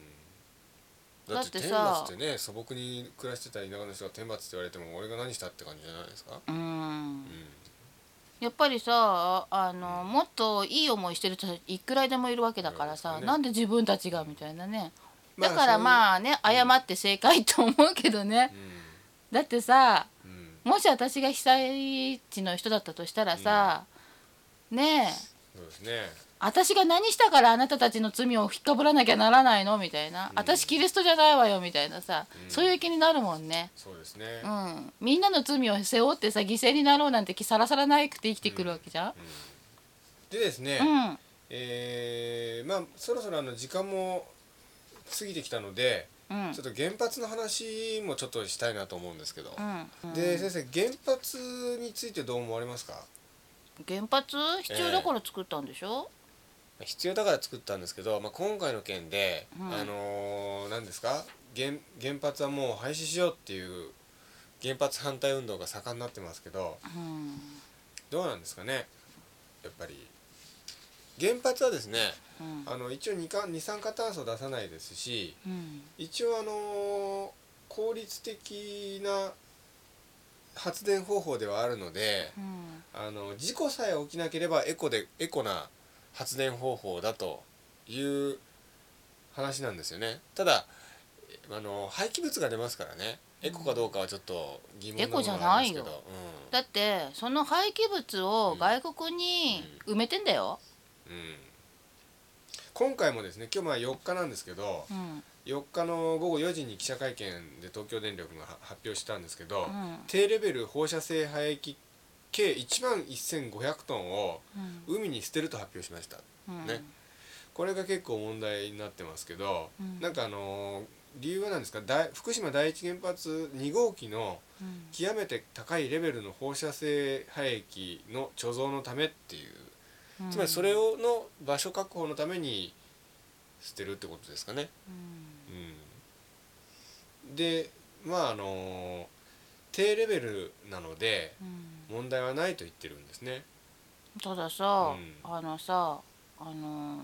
だって
だって
天
さ
罰ってね素朴に暮らしてた田舎の人が天罰って言われても俺が何したって感じじゃないですか、
うん
うん
やっぱりさあのもっといい思いしてる人いくらでもいるわけだから
そう
さ、
ですよね
なんで自分たちがみたいなねだから
あ
まあね謝って正解と思うけどね
そういう
だってさ
うんうん
もし私が被災地の人だったとしたらさ、ねえ
そうですね
私が何したからあなたたちの罪を引っかぶらなきゃならないのみたいな、私キリストじゃないわよみたいなさ、
うん
そういう気になるもんね、
そうですね、
う
うん
ん、みんなの罪を背負ってさ犠牲になろうなんて気さらさらなくて生きてくるわけじゃん、
でですね、
うん
えーまあそろそろあの時間も過ぎてきたので、
うん
ちょっと原発の話もちょっとしたいなと思うんですけど、
うん、
で先生原発についてどう思われますか
原発必要だから作ったんでしょ、
必要だから作ったんですけど、まあ、今回の件で、
うん
あのー何ですか原原発はもう廃止しようっていう原発反対運動が盛んになってますけど
うん
どうなんですかねやっぱり原発はですね
うん
あの一応二か二酸化炭素出さないですし
うん
一応あのー効率的な発電方法ではあるので
うん
あの事故さえ起きなければエコでエコな発電方法だという話なんですよねただえあの廃棄物が出ますからねエコかどうかはちょっと疑問なものがありますけど
エコだってその廃棄物を外国に埋めてんだよ、
うんうん今回もですね今日まあ4日なんですけど
うん
4日の午後4時に記者会見で東京電力がは発表したんですけど、
うん
低レベル放射性廃棄計1万1500トンを
うん
海に捨てると発表しました
うん
ねこれが結構問題になってますけど、
うん
なんかあのー理由は何ですか大福島第一原発2号機の
うん
極めて高いレベルの放射性廃液の貯蔵のためっていう、
うん
つまりそれをの場所確保のために捨てるってことですかね。
うん
うん、でまああのー低レベルなので
うん
問題はないと言ってるんですね。
たださ、
うん
あのさあのー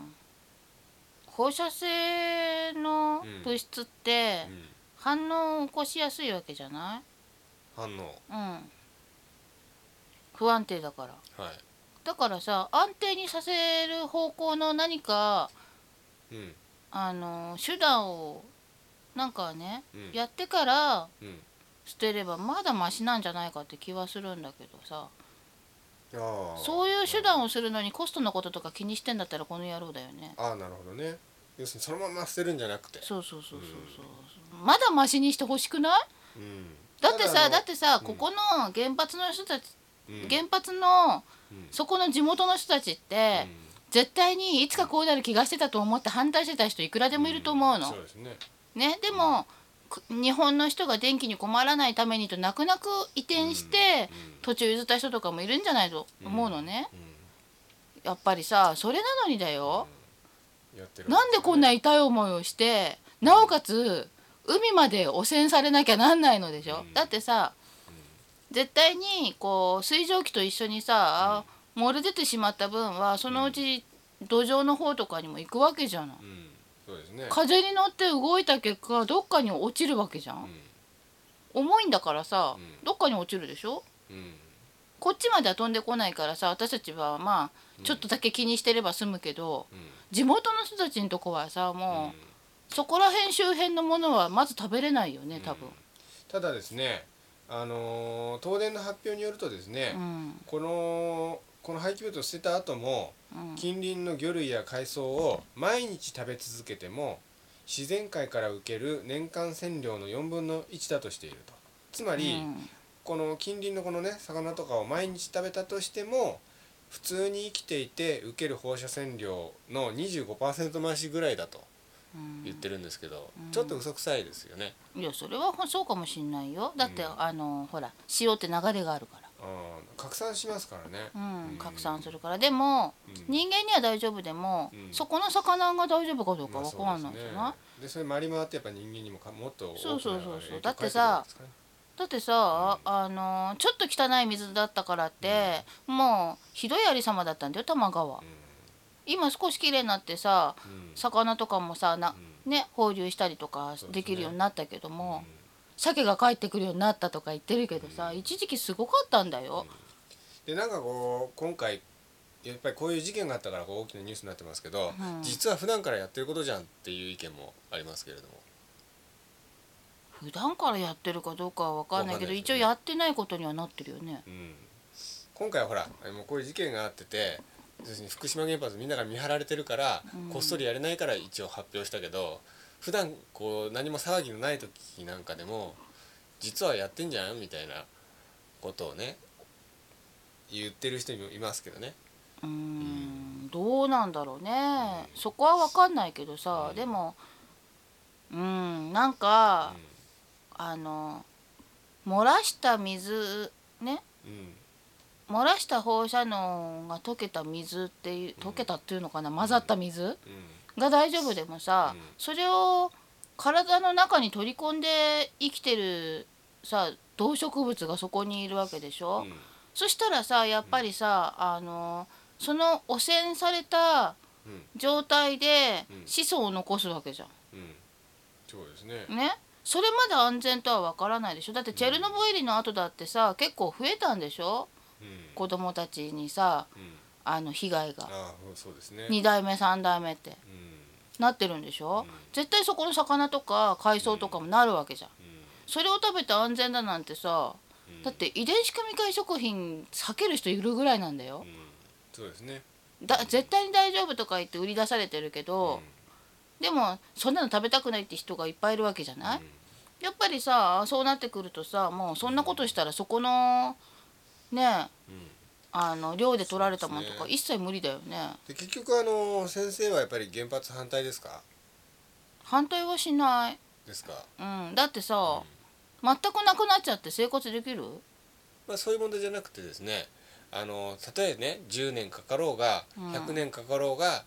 放射性の物質って
うん、
反応を起こしやすいわけじゃない
反応
うん不安定だから
は
だからさ安定にさせる方向の何か
い。うん
あの手段をなんかね、
うん
やってから
うん
捨てればまだマシなんじゃないかって気はするんだけどさ
ああ
そういう手段をするのにコストのこととか気にしてんだったらこの野郎だよね
ああなるほどね要するにそのまま捨てるんじゃなくて
そうそうそうそうそうまだマシにしてほしくない
うん
だってさだっててさ、
うん
ここの原発の人たち
原
原発の
うん
そこの地元の人たちって、絶対にいつかこうなる気がしてたと思って反対してた人いくらでもいると思うの
そ、うですね
ね、でも、く日本の人が電気に困らないためにと泣く泣く移転して、土地を譲った人とかもいるんじゃないと思うのね、
うん
やっぱりさそれなのにだよ、
うんやってる
なんでこんな痛い思いをしてなおかつ海まで汚染されなきゃなんないのでしょ、
うん
だってさ絶対にこう水蒸気と一緒にさ、漏れ出てしまった分はそのうち土壌の方とかにも行くわけじゃない、
うんそうですね
風に乗って動いた結果どっかに落ちるわけじゃん、
うん
重いんだからさ、
うん
どっかに落ちるでしょ
うん
こっちまでは飛んでこないからさ私たちはま
う
あ
ん
ちょっとだけ気にしてれば済むけど、
うん
地元の人たちのとこはさもう、
うん
そこら辺周辺のものはまず食べれないよね多分、
ただですねあのー東電の発表によるとですね
うん
このこの廃棄物を捨てた後も
うん
近隣の魚類や海藻を毎日食べ続けても自然界から受ける年間占領の4分の1だとしているとつまり、
うん
この近隣のこのね魚とかを毎日食べたとしても普通に生きていて受ける放射線量の25%増しぐらいだと
うん
言ってるんですけど、
うん
ちょっと嘘くさいですよね。
いやそれはほそうかもしんないよだって、
うん
あのほら塩って流れがあるから。
あー拡散しますからね。
うん
うん
拡散するからでも、
うん
人間には大丈夫でも、
うん
そこの魚が大丈夫かどうか
まあ
わ
そ
かん
う
ない
で
じ
す
ゃ
ね
ない、
でそれ回り回ってやっぱ人間にもかもっと大きな
そうそうそうそう
影響を
だって
返
さ
してくるんですかね
だってさ、あのちょっと汚い水だったからって、もうひどいありさまだったんだよ多摩川、今少し綺麗になってさ
うんうん
魚とかもさな、
うん
ね放流したりと
そ
か
うですね
できるようになったけど
うん
も、鮭が帰ってくるようになったとか言ってるけどさ、
うん
一時期すごかったんだよ、
でなんかこう今回やっぱりこういう事件があったからこう大きなニュースになってますけど、
うん
実は普段からやってることじゃんっていう意見もありますけれども
普段からやってるかどうかは分かんないけ
わか
ど
んないです
一
ね
応やってないことにはなってるよね
うん、今回はほらもうこういう事件があってて要するに福島原発みんなが見張られてるから、
うん
こっそりやれないから一応発表したけど普段こう何も騒ぎのない時なんかでも実はやってんじゃんみたいなことをね言ってる人もいますけどね。
うーんどうなんだろうねそこは分かんないけどさ、
うん
でもうんなんか
う、
あの漏らした水ね
んうん
漏らした放射能が溶けた水っていう溶けたっていうのかな混ざった水
う
が大丈夫でもさ、
うん
それを体の中に取り込んで生きてるさ動植物がそこにいるわけでしょ、
んうん
そしたらさやっぱりさ、あのその汚染された
うん
状態で
うん
子孫を残すわけじゃ
うんそうですね。
ん。ねそれまで安全とは分からないでしょだってチェルノブイリの後だってさ結構増えたんでしょ
うん
子供たちにさ
うん
あの被害が
ああそうそうですね。
2代目3代目って
うん
なってるんでしょ
うん
絶対そこの魚とか海藻とかもなるわけじゃん
うん
それを食べて安全だなんてさ
うん
だって遺伝子組み換え食品避ける人いるぐらいなんだ
う
よ
んそうですね。
だ絶対に大丈夫とか言って売り出されてるけ
うん
どでもそんなの食べたくないって人がいっぱいいるわけじゃない
うん
やっぱりさそうなってくるとさもうそんなことしたらそこのね
うん
あの寮で取られたものと
そ
か
うで
一切無理だよね
で結局あの先生はやっぱり原発反対ですか
反対はしない、
ですか、
うん、だってさ
うん
全くなくなっちゃって生活できる
まあ、そういう問題じゃなくてですねあの例えね10年かかろうが
うん
100年かかろうが、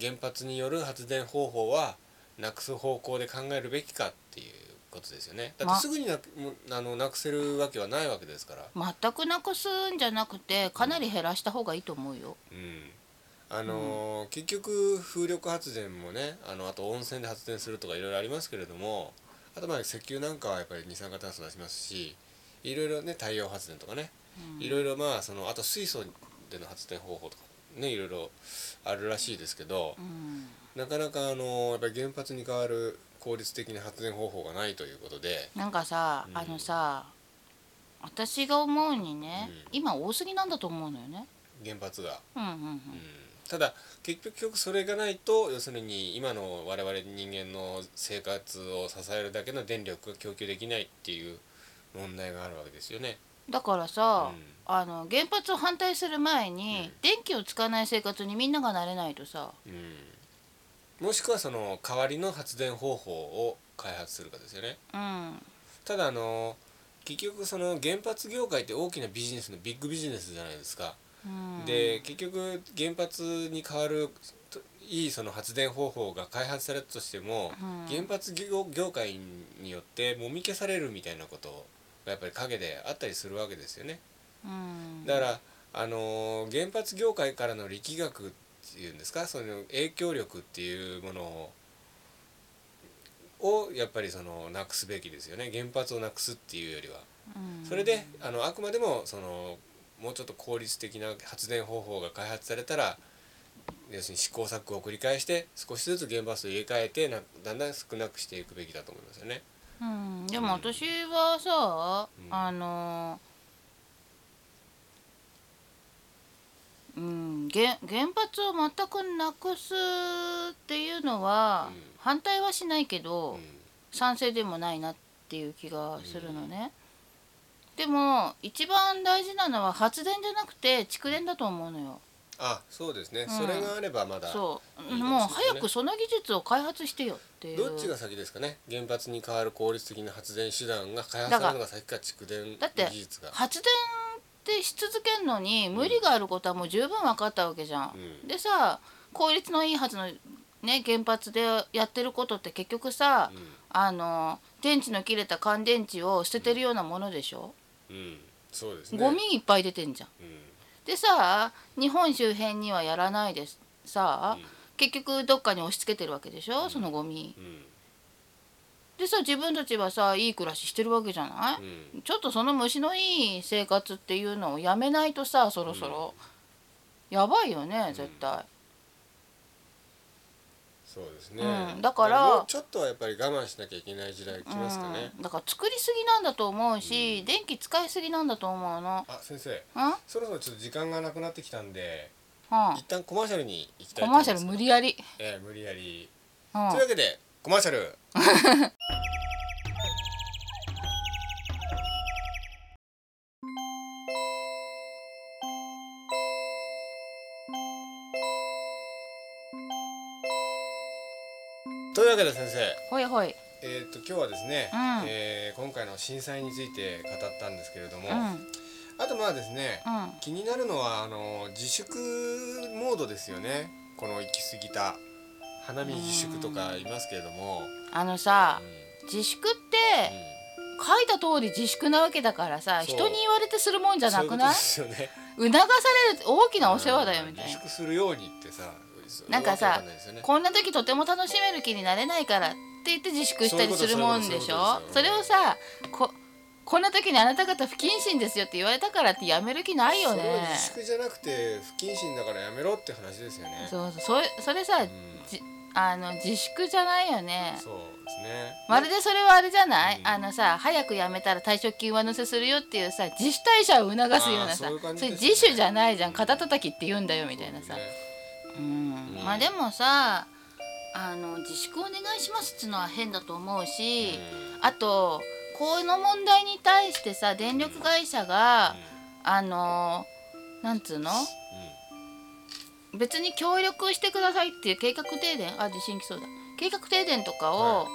原発による発電方法はなくす方向で考えるべきかっていうことですよねだって
ます
ぐになくもうあのなくせるわけはないわけですから。
全くなくすんじゃなくてかなり減らした方がいいと思うよ
うんあのー結局風力発電もねあのあと温泉で発電するとかいろいろありますけれどもあとまあ石油なんかはやっぱり二酸化炭素出しますしいろいろね太陽発電とかねいろいろまあそのあと水素での発電方法とかねいろいろあるらしいですけど
うん
なかなかあのーやっぱり原発に代わる効率的な発電方法がないということで
なんかさ
うん
あのさ私が思うにね
うん
今多すぎなんだと思うのよね
原発が
うんうんうん
ただ結局それがないと要するに今の我々人間の生活を支えるだけの電力が供給できないっていう問題があるわけですよね。
だからさ、
うん
あの原発を反対する前
う
に、
ん
電気を使わない生活にみんながなれないとさ
うん、もしくはその代わりの発電方法を開発するかですよね。
うん
ただあの結局その原発業界って大きなビジネスのビッグビジネスじゃないですか。
うん
で結局原発に代わるといいその発電方法が開発されたとしても、
うん
原発業業界によってもみ消されるみたいなことがやっぱり陰であったりするわけですよね。
うん
だからあのー原発業界からの力学っていうんですかその影響力っていうものををやっぱりそのなくすべきですよね原発をなくすっていうよりは。
うん
それであのあくまでもそのもうちょっと効率的な発電方法が開発されたら要するに試行錯誤を繰り返して少しずつ原発を入れ替えてなだんだん少なくしていくべきだと思いますよね。
うん、でも私はさ、
うん
あのうん、原原発を全くなくすっていうのは、
うん
反対はしないけ
う
ど、
ん
賛成でもないなっていう気がするのね、でも一番大事なのは発電じゃなくて蓄電だと思うのよ
あそうですね、
ん
それがあればまだど
そう
いいですね
もう早くその技術を開発してよっていう
っちが先ですかね原発に代わる効率的な発電手段が開発されるのが先か蓄電
だって
技術が。
発電ってし続けるのに無理があることはもう十分分かったわけじゃん。
うん
でさ効率のいいはずの、ね、原発でやってることって結局さ、
うん
あの電池の切れた乾電池を捨ててるようなものでしょ、
うん、そうですね
ゴミいっぱい出てんじゃん。
うん
でさ日本周辺にはやらないですさ、
うん
結局どっかに押し付けてるわけでしょそのゴミ。
うん
でさ自分たちはさいい暮らししてるわけじゃない、
うん
ちょっとその虫のいい生活っていうのをやめないとさそろそろ、やばいよね絶対、
そうですね、
うんだから
もうちょっとはやっぱり我慢しなきゃいけない時代来ますかね、
うんだから作りすぎなんだと思うし、電気使いすぎなんだと思うの
あ先生
うん、うん、
そろそろちょっと時間がなくなってきたんで一旦コマーシャルに行きたいと
コ
思
マー
い
シ
ま
ャル
す
無理やり、
ええ無理やり、
うん
というわけでコマーシャル というわけで先生
ほいほい
えー、と今日はですね、
うん
えー今回の震災について語ったんですけれども、
うん
あとまあですね、
うん
気になるのはあの自粛モードですよねこの行き過ぎた花見自粛とか言いますけれども、
あの
うん
さ自粛って書いた通り自粛なわけだからさ
そう
人に言われてするもんじゃな
うんそういうこ
く
と
な
で
い
すよね。
促される大きなお世話だよみた
うん
いな
自粛するようにってさ
なんか
わ
さ
けわないですよね
こんな時とても楽しめる気になれないからって言って自粛したりするもんでしょそ
そう
れ
いうこ
を
と
さここんな時にあなた方不謹慎ですよって言われたからってやめる気ないよ
それは
ね
自粛じゃなくて不謹慎だからやめろって話ですよね。
そうそうそれそれさ、
ん
じあの自粛じゃないよね
そうですね。
まるでそれはあれじゃない、
うん
あのさ早くやめたら退職金上乗せするよっていうさ自主退社を促すようなさ
あーそういう感じ
それ
ですね
自主じゃないじゃん肩叩きって言うんだよみたいな
そ
さ
うですね
うん
うん
まあでもさあの自粛お願いしますっていうのは変だと思うし、あとこの問題に対してさ電力会社が、あのなんつうの
うんうんうん
別に協力してくださいっていう計画停電あ地震来そうだ計画停電とかを
は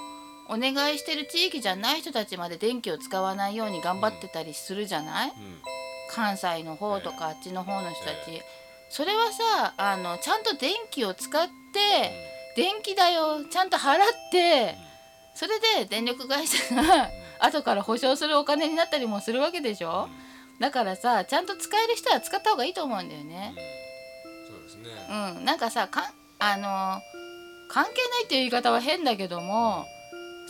お願いしてる地域じゃない人たちまで電気を使わないように頑張ってたりするじゃない、
うん
関西の方とかあっちの方の人たち、
え
それはさあのちゃんと電気を使って、電気代をちゃんと払って、それで電力会 社が後から保証するお金になったりもするわけでし
うん
ょ、だからさちゃんと使える人は使った方がいいと思うんだよね。
そうですね。
うん、なんかさかんあの関係ないっていう言い方は変だけども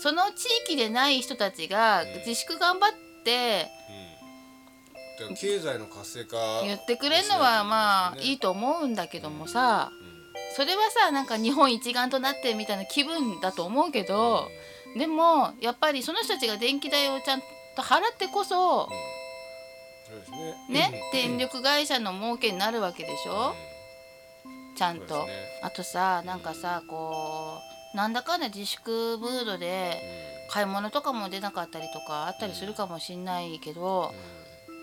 その地域でない人たちが
うん
自粛頑張って
だから経済の活性化
言ってくれるのはまあいい
と
と思うんだけどもさ
思うん
それはさなんか日本一丸となってみたいな気分だと思うけ
ですよ
ど
ね。
でもやっぱりその人たちが電気代をちゃんと払ってこそ
うんそうですね。
ね電力会社の儲けになるわけでしょちゃ
うんん
と。あとさなんかさこうなんだかんだ自粛ムードで買い物とかも出なかったりとかあったりするかもしんないけど、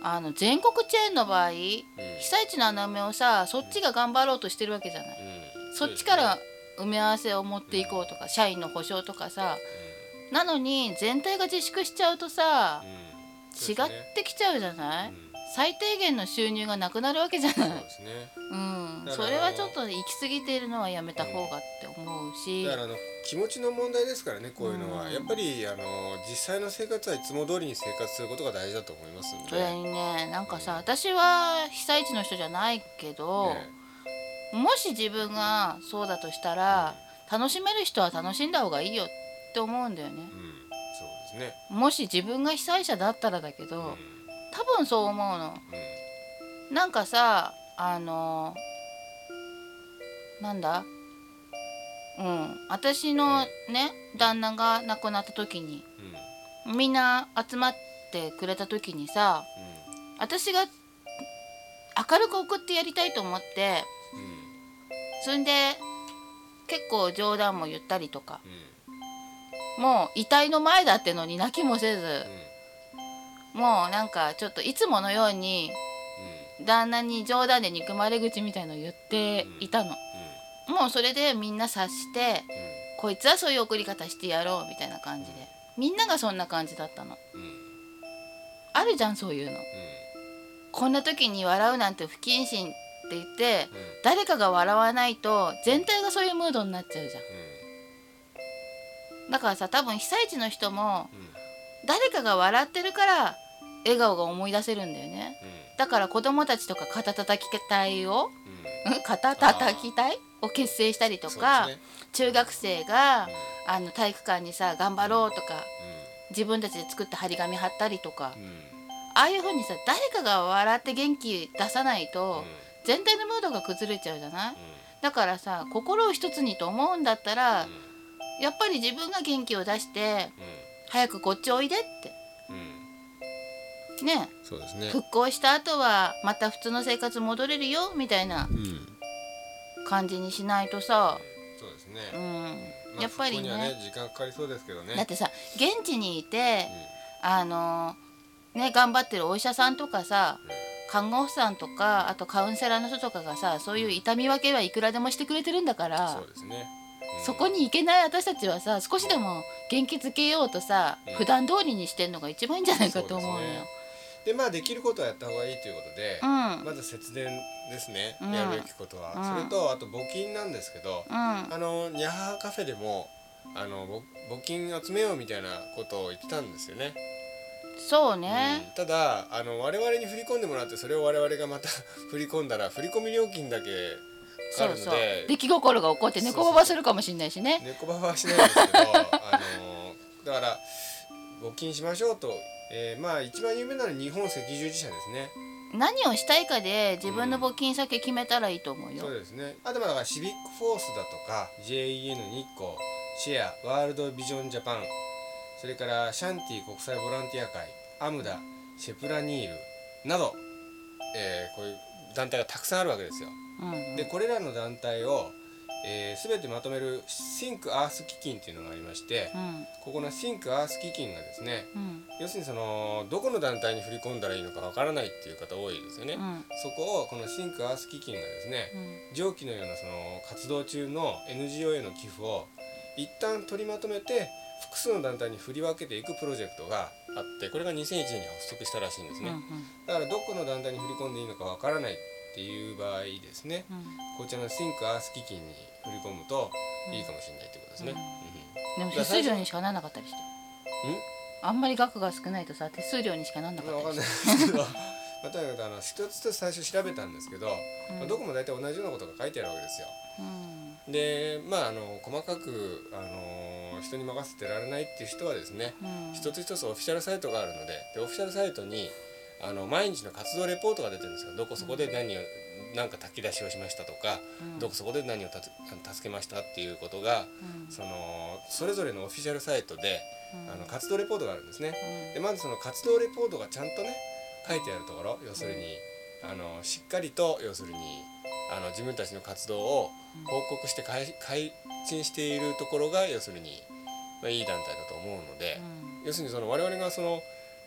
あの全国チェーンの場合被災地の穴埋めをさそっちが頑張ろうとしてるわけじゃない。そっちから埋め合わせを持っていこうとか社員の保証とかさなのに全体が自粛しちゃうとさ違
違
ってきちゃうじゃない
そ
最低限の収入がなくなるわけじゃな
う
い
ですね。
うん
だから
それはちょっと行き過ぎているのはやめた方がって思うし
だからあの気持ちの問題ですからねこういうの
う
は
ん
やっぱりあの実際の生活はいつも通りに生活することが大事だと思いますんで
それにねなんかさ私は被災地の人じゃないけど、
ね
もし自分がそうだとしたら、楽しめる人は楽しんだ方がいいよって思うんだよね
うんそうですね。
もし自分が被災者だったらだけど、
う
多分そう思うの
んうん
なんかさあのなんだうん私のね旦那が亡くなった時に
うんうん
みんな集まってくれた時にさ私が明るく送ってやりたいと思って
うん
それで結構冗談も言ったりとか
うん
もう遺体の前だってのに泣きもせず
うん
もうなんかちょっといつものように
うん
旦那に冗談で憎まれ口みたいのを言っていたのもうそれでみんな察してこいつはそういう送り方してやろうみたいな感じでみんながそんな感じだったの
うんうんうん
あるじゃんそういうのこんな時に笑うなんて不謹慎って言って
うんうん
誰かが笑わないと全体がそういうムードになっちゃうじゃんだからさ多分被災地の人も
うん
誰かが笑ってるから笑顔が思い出せるんだよねだから子供たちとか肩叩き隊を
うん
ん肩叩き隊を結成したりとか、
そうですね
中学生があの体育館にさ頑張ろうとか自分たちで作った張り紙貼ったりとか
うんうんうん
ああいう風にさ誰かが笑って元気出さないと
う
全体のムードが崩れちゃうじゃな
う
い
ん
だからさ心を一つにと思うんだったら
うん
やっぱり自分が元気を出して早くこっちおいでっ
うんうん
てね
そうですね
復興した後はまた普通の生活戻れるよみたいな
うん
感じにしないとさ
そうです
う
ね、
ん
まあ
やっぱり
復興
ね
にはね時間かかりそうですけどね
だってさ現地にいてあのね頑張ってるお医者さんとかさ看護婦さんとかあとカウンセラーの人とかがさそういう痛み分けはいくらでもしてくれてるんだか
うん、
ら
そうですね、うん
そこに行けない私たちはさ少しでも元気づけようとさ
うん
普段通りにしてんのが一番いいんじゃないかと思うの
そうです
よ
ね。でまあできることはやった方がいいということで
う、ん
まず節電ですね、
うん
やるべきことは、
うん
それとあと募金なんですけど、
うん
あのニャハーカフェでもあのぼ募金集めようみたいなことを言ってたんですよね、
そ
う
うね
ん、ただあの我々に振り込んでもらってそれを我々がまた 振り込んだら振り込み料金だけかかる
そう
ので
そう出来心が起こって猫ババするかもしれないしね
猫ババはしないんですけどあのだから募金しましょうと、えーまあ一番有名なのは日本赤十字社ですね
何をしたいかで自分の募金先決めたらいいと思うよ
そう。ですねあとまあだからシビックフォースだとか JEN 日光シェアワールドビジョンジャパンそれからシャンティ国際ボランティア会アムダシェプラニールなど、えーこういう団体がたくさんあるわけですよ
うん
でこれらの団体を、えー、全てまとめる Think Earth 基金っていうのがありまして、
うん
ここの Think Earth 基金がですね
うん
要するにそのどこの団体に振り込んだらいいのかわからないっていう方多いですよね、
うん
そこをこの Think Earth 基金がですね、
うん
上記のようなその活動中の NGO への寄付を一旦取りまとめて複数の団体に振り分けていくプロジェクトがあってこれが2001年に発足したらしいんです
うんう
ね、
ん
だからどこの団体に振り込んでいいのかわからないっていう場合ですね
う
こ
ん
ちらの Think Earth 基金に振り込むといいかもしれないということですね、
うん
う
でも手数料にしかならなかったりして
ん
あんまり額が少ないとさ手数料にしかならなん
ま
か
あわ
った
かん
り
ない です
し
けどまあとにかくあの一つ一つ最初調べたんですけど、
て、う
まあ
ん
どこも大体同じようなことが書いてあるわけですよ
うん
でまああの細かくあの人に任せてられないっていう人はですね、
うん
一つ一つオフィシャルサイトがあるのででオフィシャルサイトにあの毎日の活動レポートが出てるんですよどこそこで何を何か炊き出しをしましたとか、
うん
どこそこで何をたつ助けましたっていうことが
うん
そのそれぞれのオフィシャルサイトで
うん
あの活動レポートがあるんですね。でまずその活動レポートがちゃんとね書いてあるところ要するに、あのしっかりと要するにあの自分たちの活動を
うん
報告して開開陳しているところが要するに、まあ、いい団体だと思うので
う、ん
要するにその我々がその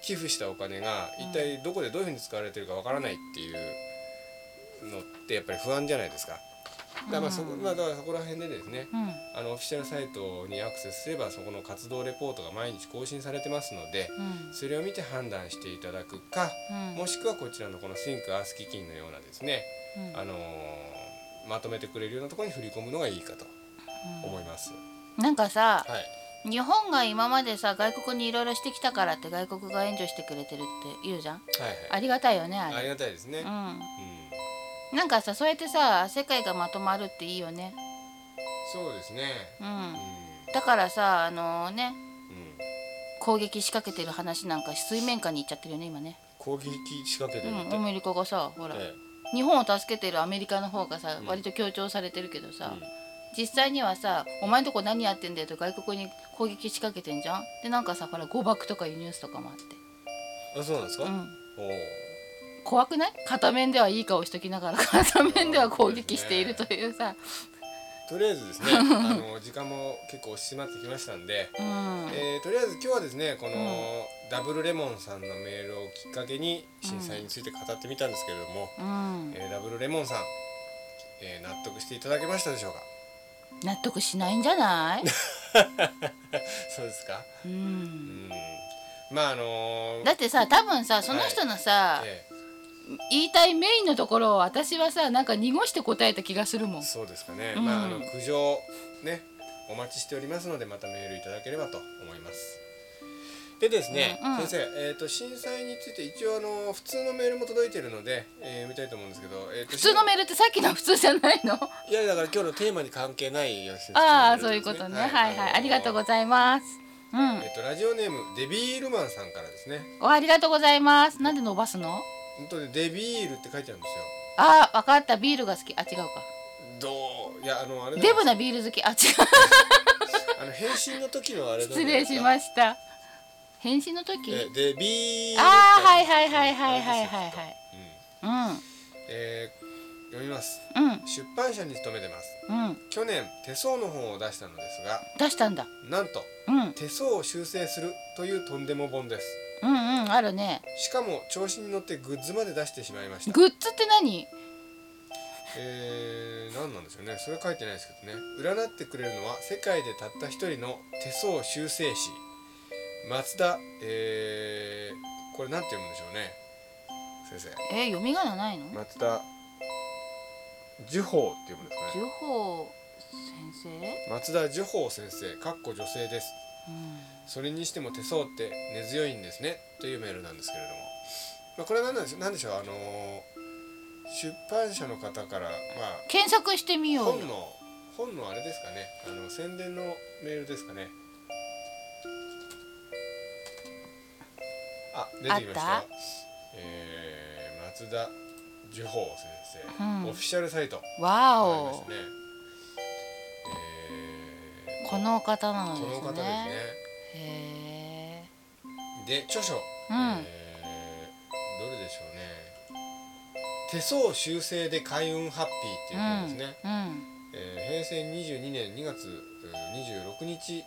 寄付したお金が一体どこでどういうふうに使われてるかわからないっていうのってやっぱり不安じゃないですか。だからまあそこ
うん
まあだからそこら辺でですね
うん
あのオフィシャルサイトにアクセスすればそこの活動レポートが毎日更新されてますので、
うん
それを見て判断していただくか
うん
もしくはこちらのこの Think Earth 基金のようなですね、
うん
あのーまとめてくれるようなところに振り込むのがいいかと思います。
なんかさ
はい、
日本が今までさ外国にいろいろしてきたからって外国が援助してくれてるって言うじゃん
はい
ありがたいよね
はい、あ
あ
り
れ
がたいですね。うん、
うんなんかさそうやってさ世界がまとまるっていいよね
そうですね。
うん
うん、
だからさあのね
うん、
攻撃仕掛けてる話なんか水面下に行っちゃってるよね今ね
攻撃仕掛けて
う
る
ん
って、
アメリカがさほら、
え
日本を助けてるアメリカの方がさ、
うん
割と強調されてるけど
え
さ、実際にはさ「お前んとこ何やってんだよ」と外国に攻撃仕掛けてんじゃんでなんかさほら誤爆とかいうニュースとかもあって、
うん、あ、そうなんですか。
うん、
おお、
怖くない片面ではいい顔しときな がら片面では攻撃しているというさ、
とりあえず ですね、あの時間も結構押し迫ってきましたんで。
うん
えー、とりあえず今日はですねこのダブルレモンさんのメールをきっかけに震災について語ってみたんですけれども、
うん、
えーダブルレモンさん、えー納得していただけましたでしょうか
納得しないんじ ゃない、
そうですか
う、
うんんまああのー
だってさ多分さその人のさ、
え
言いたいメインのところを私はさなんか濁して答えた気がするも
え
ん。
そうですかね、
うん
まああの苦情ねお待ちしておりますのでまたメールいただければと思いますでですね、
うんうん
先生、えー、と震災について一応あの普通のメールも届いてるので、えー読みたいと思うんですけど、えーと
普通のメールってさっきの普通じゃないの
いやだから今日のテーマに関係ないよし
ああそういうことねはいはいありがとう
ざ
ご
い
ざいますうん
ますえっとラジオネームデビールマンさんからですね
おありがとうございますなんで伸ばすの
本当にデビールって書いてあるんですよ
あ分かったビールが好きあ違うか
どういやあのあれだ
デブなビール好きあ違う
あの変身の時のあれだ
失礼しました返信の時
えでビール
ああはいはいはいはいはいはいはいうん
えー読みます
うん
出版社に勤めてます
うん
去年手相の本を出したのですが
出したんだ
なんと
うんうん
手相を修正するというとんでも本です
うんあるね
しかも調子に乗ってグッズまで出してしまいました
グッズって何
えー、何なんでしょうねそれ書いてないですけどね占ってくれるのは世界でたった一人の手相修正師松田えー、これなんて読むんでしょうね先生
え読み仮名ないの
松田樹宝って読むんですかね
情報先生
松田樹宝先生かっこ女性です
うん
それにしても手相って根強いんですねというメールなんですけれども、まあ、これは何なんでしょう何でしょうあのー出版社の方からまあ
検索してみよう
本
よ
の本のあれですかねあの宣伝のメールですかねあ出てきました
あ
よ
った
えー松田樹宝先生、
うん
オフィシャルサイト
わ
ありまし
お
たね、えー
この方なの
こ
で
の
す
方です
ね
ね
へえ
で著書、
うん
えーどれでしょうね手相修正で開運ハッピーっていう本ですね、
うん
えー平成22年2月えー26日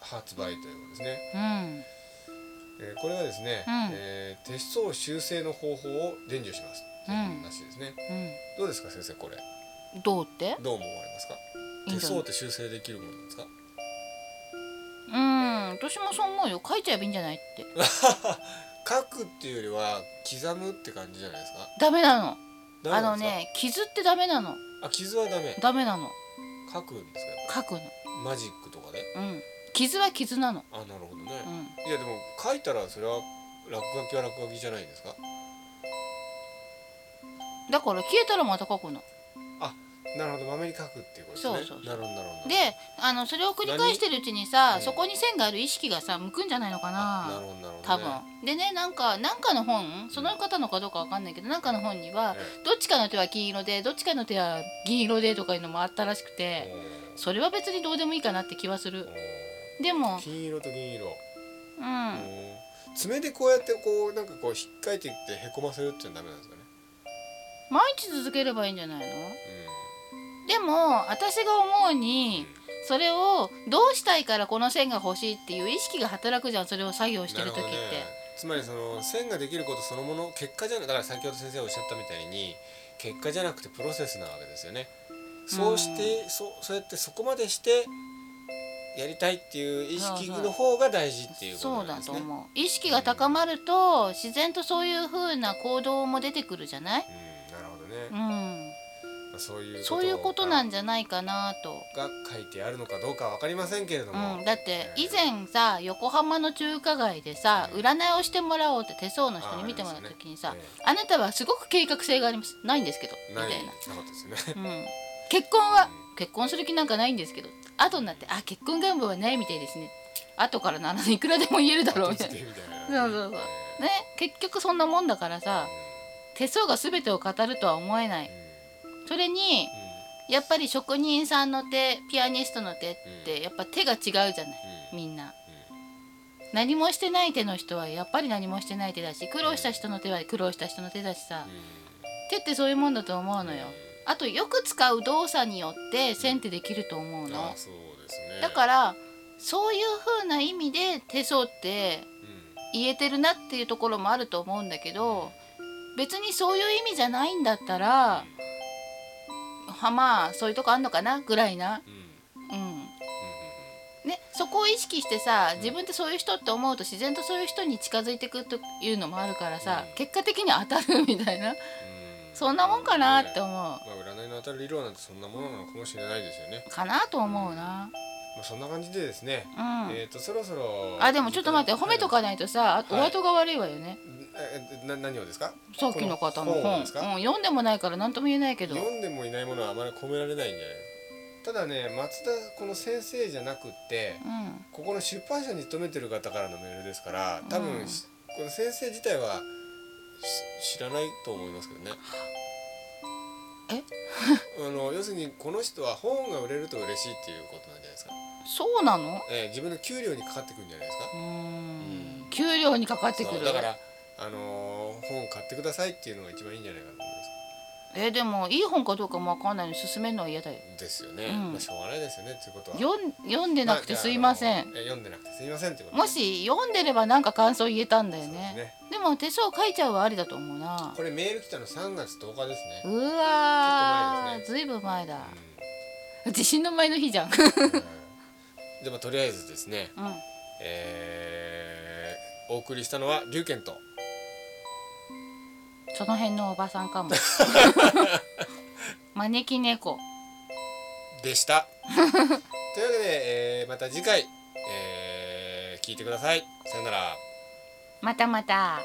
発売ということですね、
うん
えーこれはですね、
うん
えー手相修正の方法を伝授しますという話ですね、
う
どうですか先生これ
んどうって
どう思われますか
いいん
手
じゃな
相
い
って修正できるものなんですか
うん私もそう思うよ書いちゃえばいいんじゃないって
書くっていうよりは刻むって感じじゃないですか
ダメなの
ダ
あ
メな
の
んですか
ね傷ってダメなの
あ傷はダメ
ダメなの
書くんですかやっ
書くの
ぱマジックとかで
うん傷は傷なの
あなるほどね、
うん
いやでも書いたらそれは落書きは落書きじゃないですか
だから消えたらまた書くの
なるほどまめに書くっていうことですね
そうそうそう
なるほどなるほど
であのそれを繰り返してるうちにさ
何
そこに線がある意識がさ向くんじゃないのか
あな
な
るほどなるほど、ね、
多分でねなんかなんかの本その方のかどうかわかんないけどなんかの本には
え
どっちかの手は金色でどっちかの手は銀色でとかいうのもあったらしく
え
てそれは別にどうでもいいかなって気はす
おー
る
おー
でも
金色と銀色、
う
お
ん
ー爪でこうやってこうなんかこう引っかいていってへこませるっていうのはダメなんですかね
毎日続ければいいんじゃないのでも私が思うにそれをどうしたいからこの線が欲しいっていう意識が働くじゃんそれを作業
うん
してる時って、
つまりその線ができることそのもの結果じゃなだから先ほど先生がおっしゃったみたいに結果じゃなくてプロセスなわけですよねそうして、そうそうやってそこまでしてやりたいっていう意識の方が大事っていうこ
そう
となん
だ
です
と
ね
思う意識が高まると自然とそういう風な行動も出てくるじゃない、
うんなるほど
う
ね、
ん、
まあそういう
そういうことなん
が
じゃないかなと。
書いてあるのかどうかは分かりませんけれども、
うん、だって以前さ横浜の中華街でさ占いをしてもらおうって手相の人に見てもらった時にさ
あありまし
「あなたはすごく計画性がありますないんですけど」み
な
た
い
い
な
な
かったですよね。
うん結婚は結婚する気なんかないんですけど後になって「あ結婚願望はないみたいですね」後からならいくらでも言えるだ ろうみたいな。
後付けみたい
そ
な
うそうそうね結局そんなもんだからさ手相が全てを語るとは思えな
うん
いそれにやっぱり職人さんの手ピアニストの手ってやっぱ手が違うじゃない
うんうんうん
みんな何もしてない手の人はやっぱり何もしてない手だし苦労した人の手は苦労した人の手だしさ手ってそういうもんだと思うのよあとよく使う動作によって線ってできると思う
うんあ
の
そうですね。
だからそういう風な意味で手相って
うん
言えてるなっていうところもあると思うんだけど別にそういう意味じゃないんだったらはまあそういうとこあんのかなぐらいな
うんうんうん
うんね、そこを意識してさ自分ってそういう人って思うと自然とそういう人に近づいてくるというのもあるからさ、
うん
結果的に当たるみたいな
うんうん
そんなもんかなって
ま
思
あ占いの当たる理論なんてそんなものなのかもしれないですよね。
うかなと思うな
まあそんな感じでですね。
うん、
えっとそろそろ
あでもちょっと待って褒めとかないとさあ
はい
お後が悪いわよね、
えな何をですか？
さっきの方の
この
本
本ですか
うん、読んでもないから何とも言えないけど
読んでもいないものはあまり込められないんじゃないただね松田この先生じゃなくって
うん
ここの出版社に勤めてる方からのメールですから多分、
うん
しこの先生自体はし知らないと思いますけどね
え
あの要するにこの人は本が売れると嬉しいっていうことなんじゃないですか、
そうなの
えー自分の給料にかかってくるんじゃないですか
うー
うん
ん給料にかかってく
そう
る
だから、あのー本買ってくださいっていうのが一番いいんじゃないかと思い
えでもいい本かどうかもわかんないのに勧めるのは嫌だよ
ますですよね、
うん
まあ、しょうがないですよねということは
読ん読んでなくてすいませ
あ
ん
じゃああのえ読んでなくてすいませんってこと
もし読んでればなんか感想言えたんだよ
そうです
ね
ね
でも手相書いちゃうはありだと思うな
これメール来たの3月10日ですね、
うわー
結構前ですね
ずいぶん前だ
うん
地震の前の日じゃんうん
でもとりあえずですね、えーお送りしたのは龍賢と
その辺のおばさ んかも招き猫
で した。というわけで、えーまた次回、えー聞いてください。さよなら。
またまた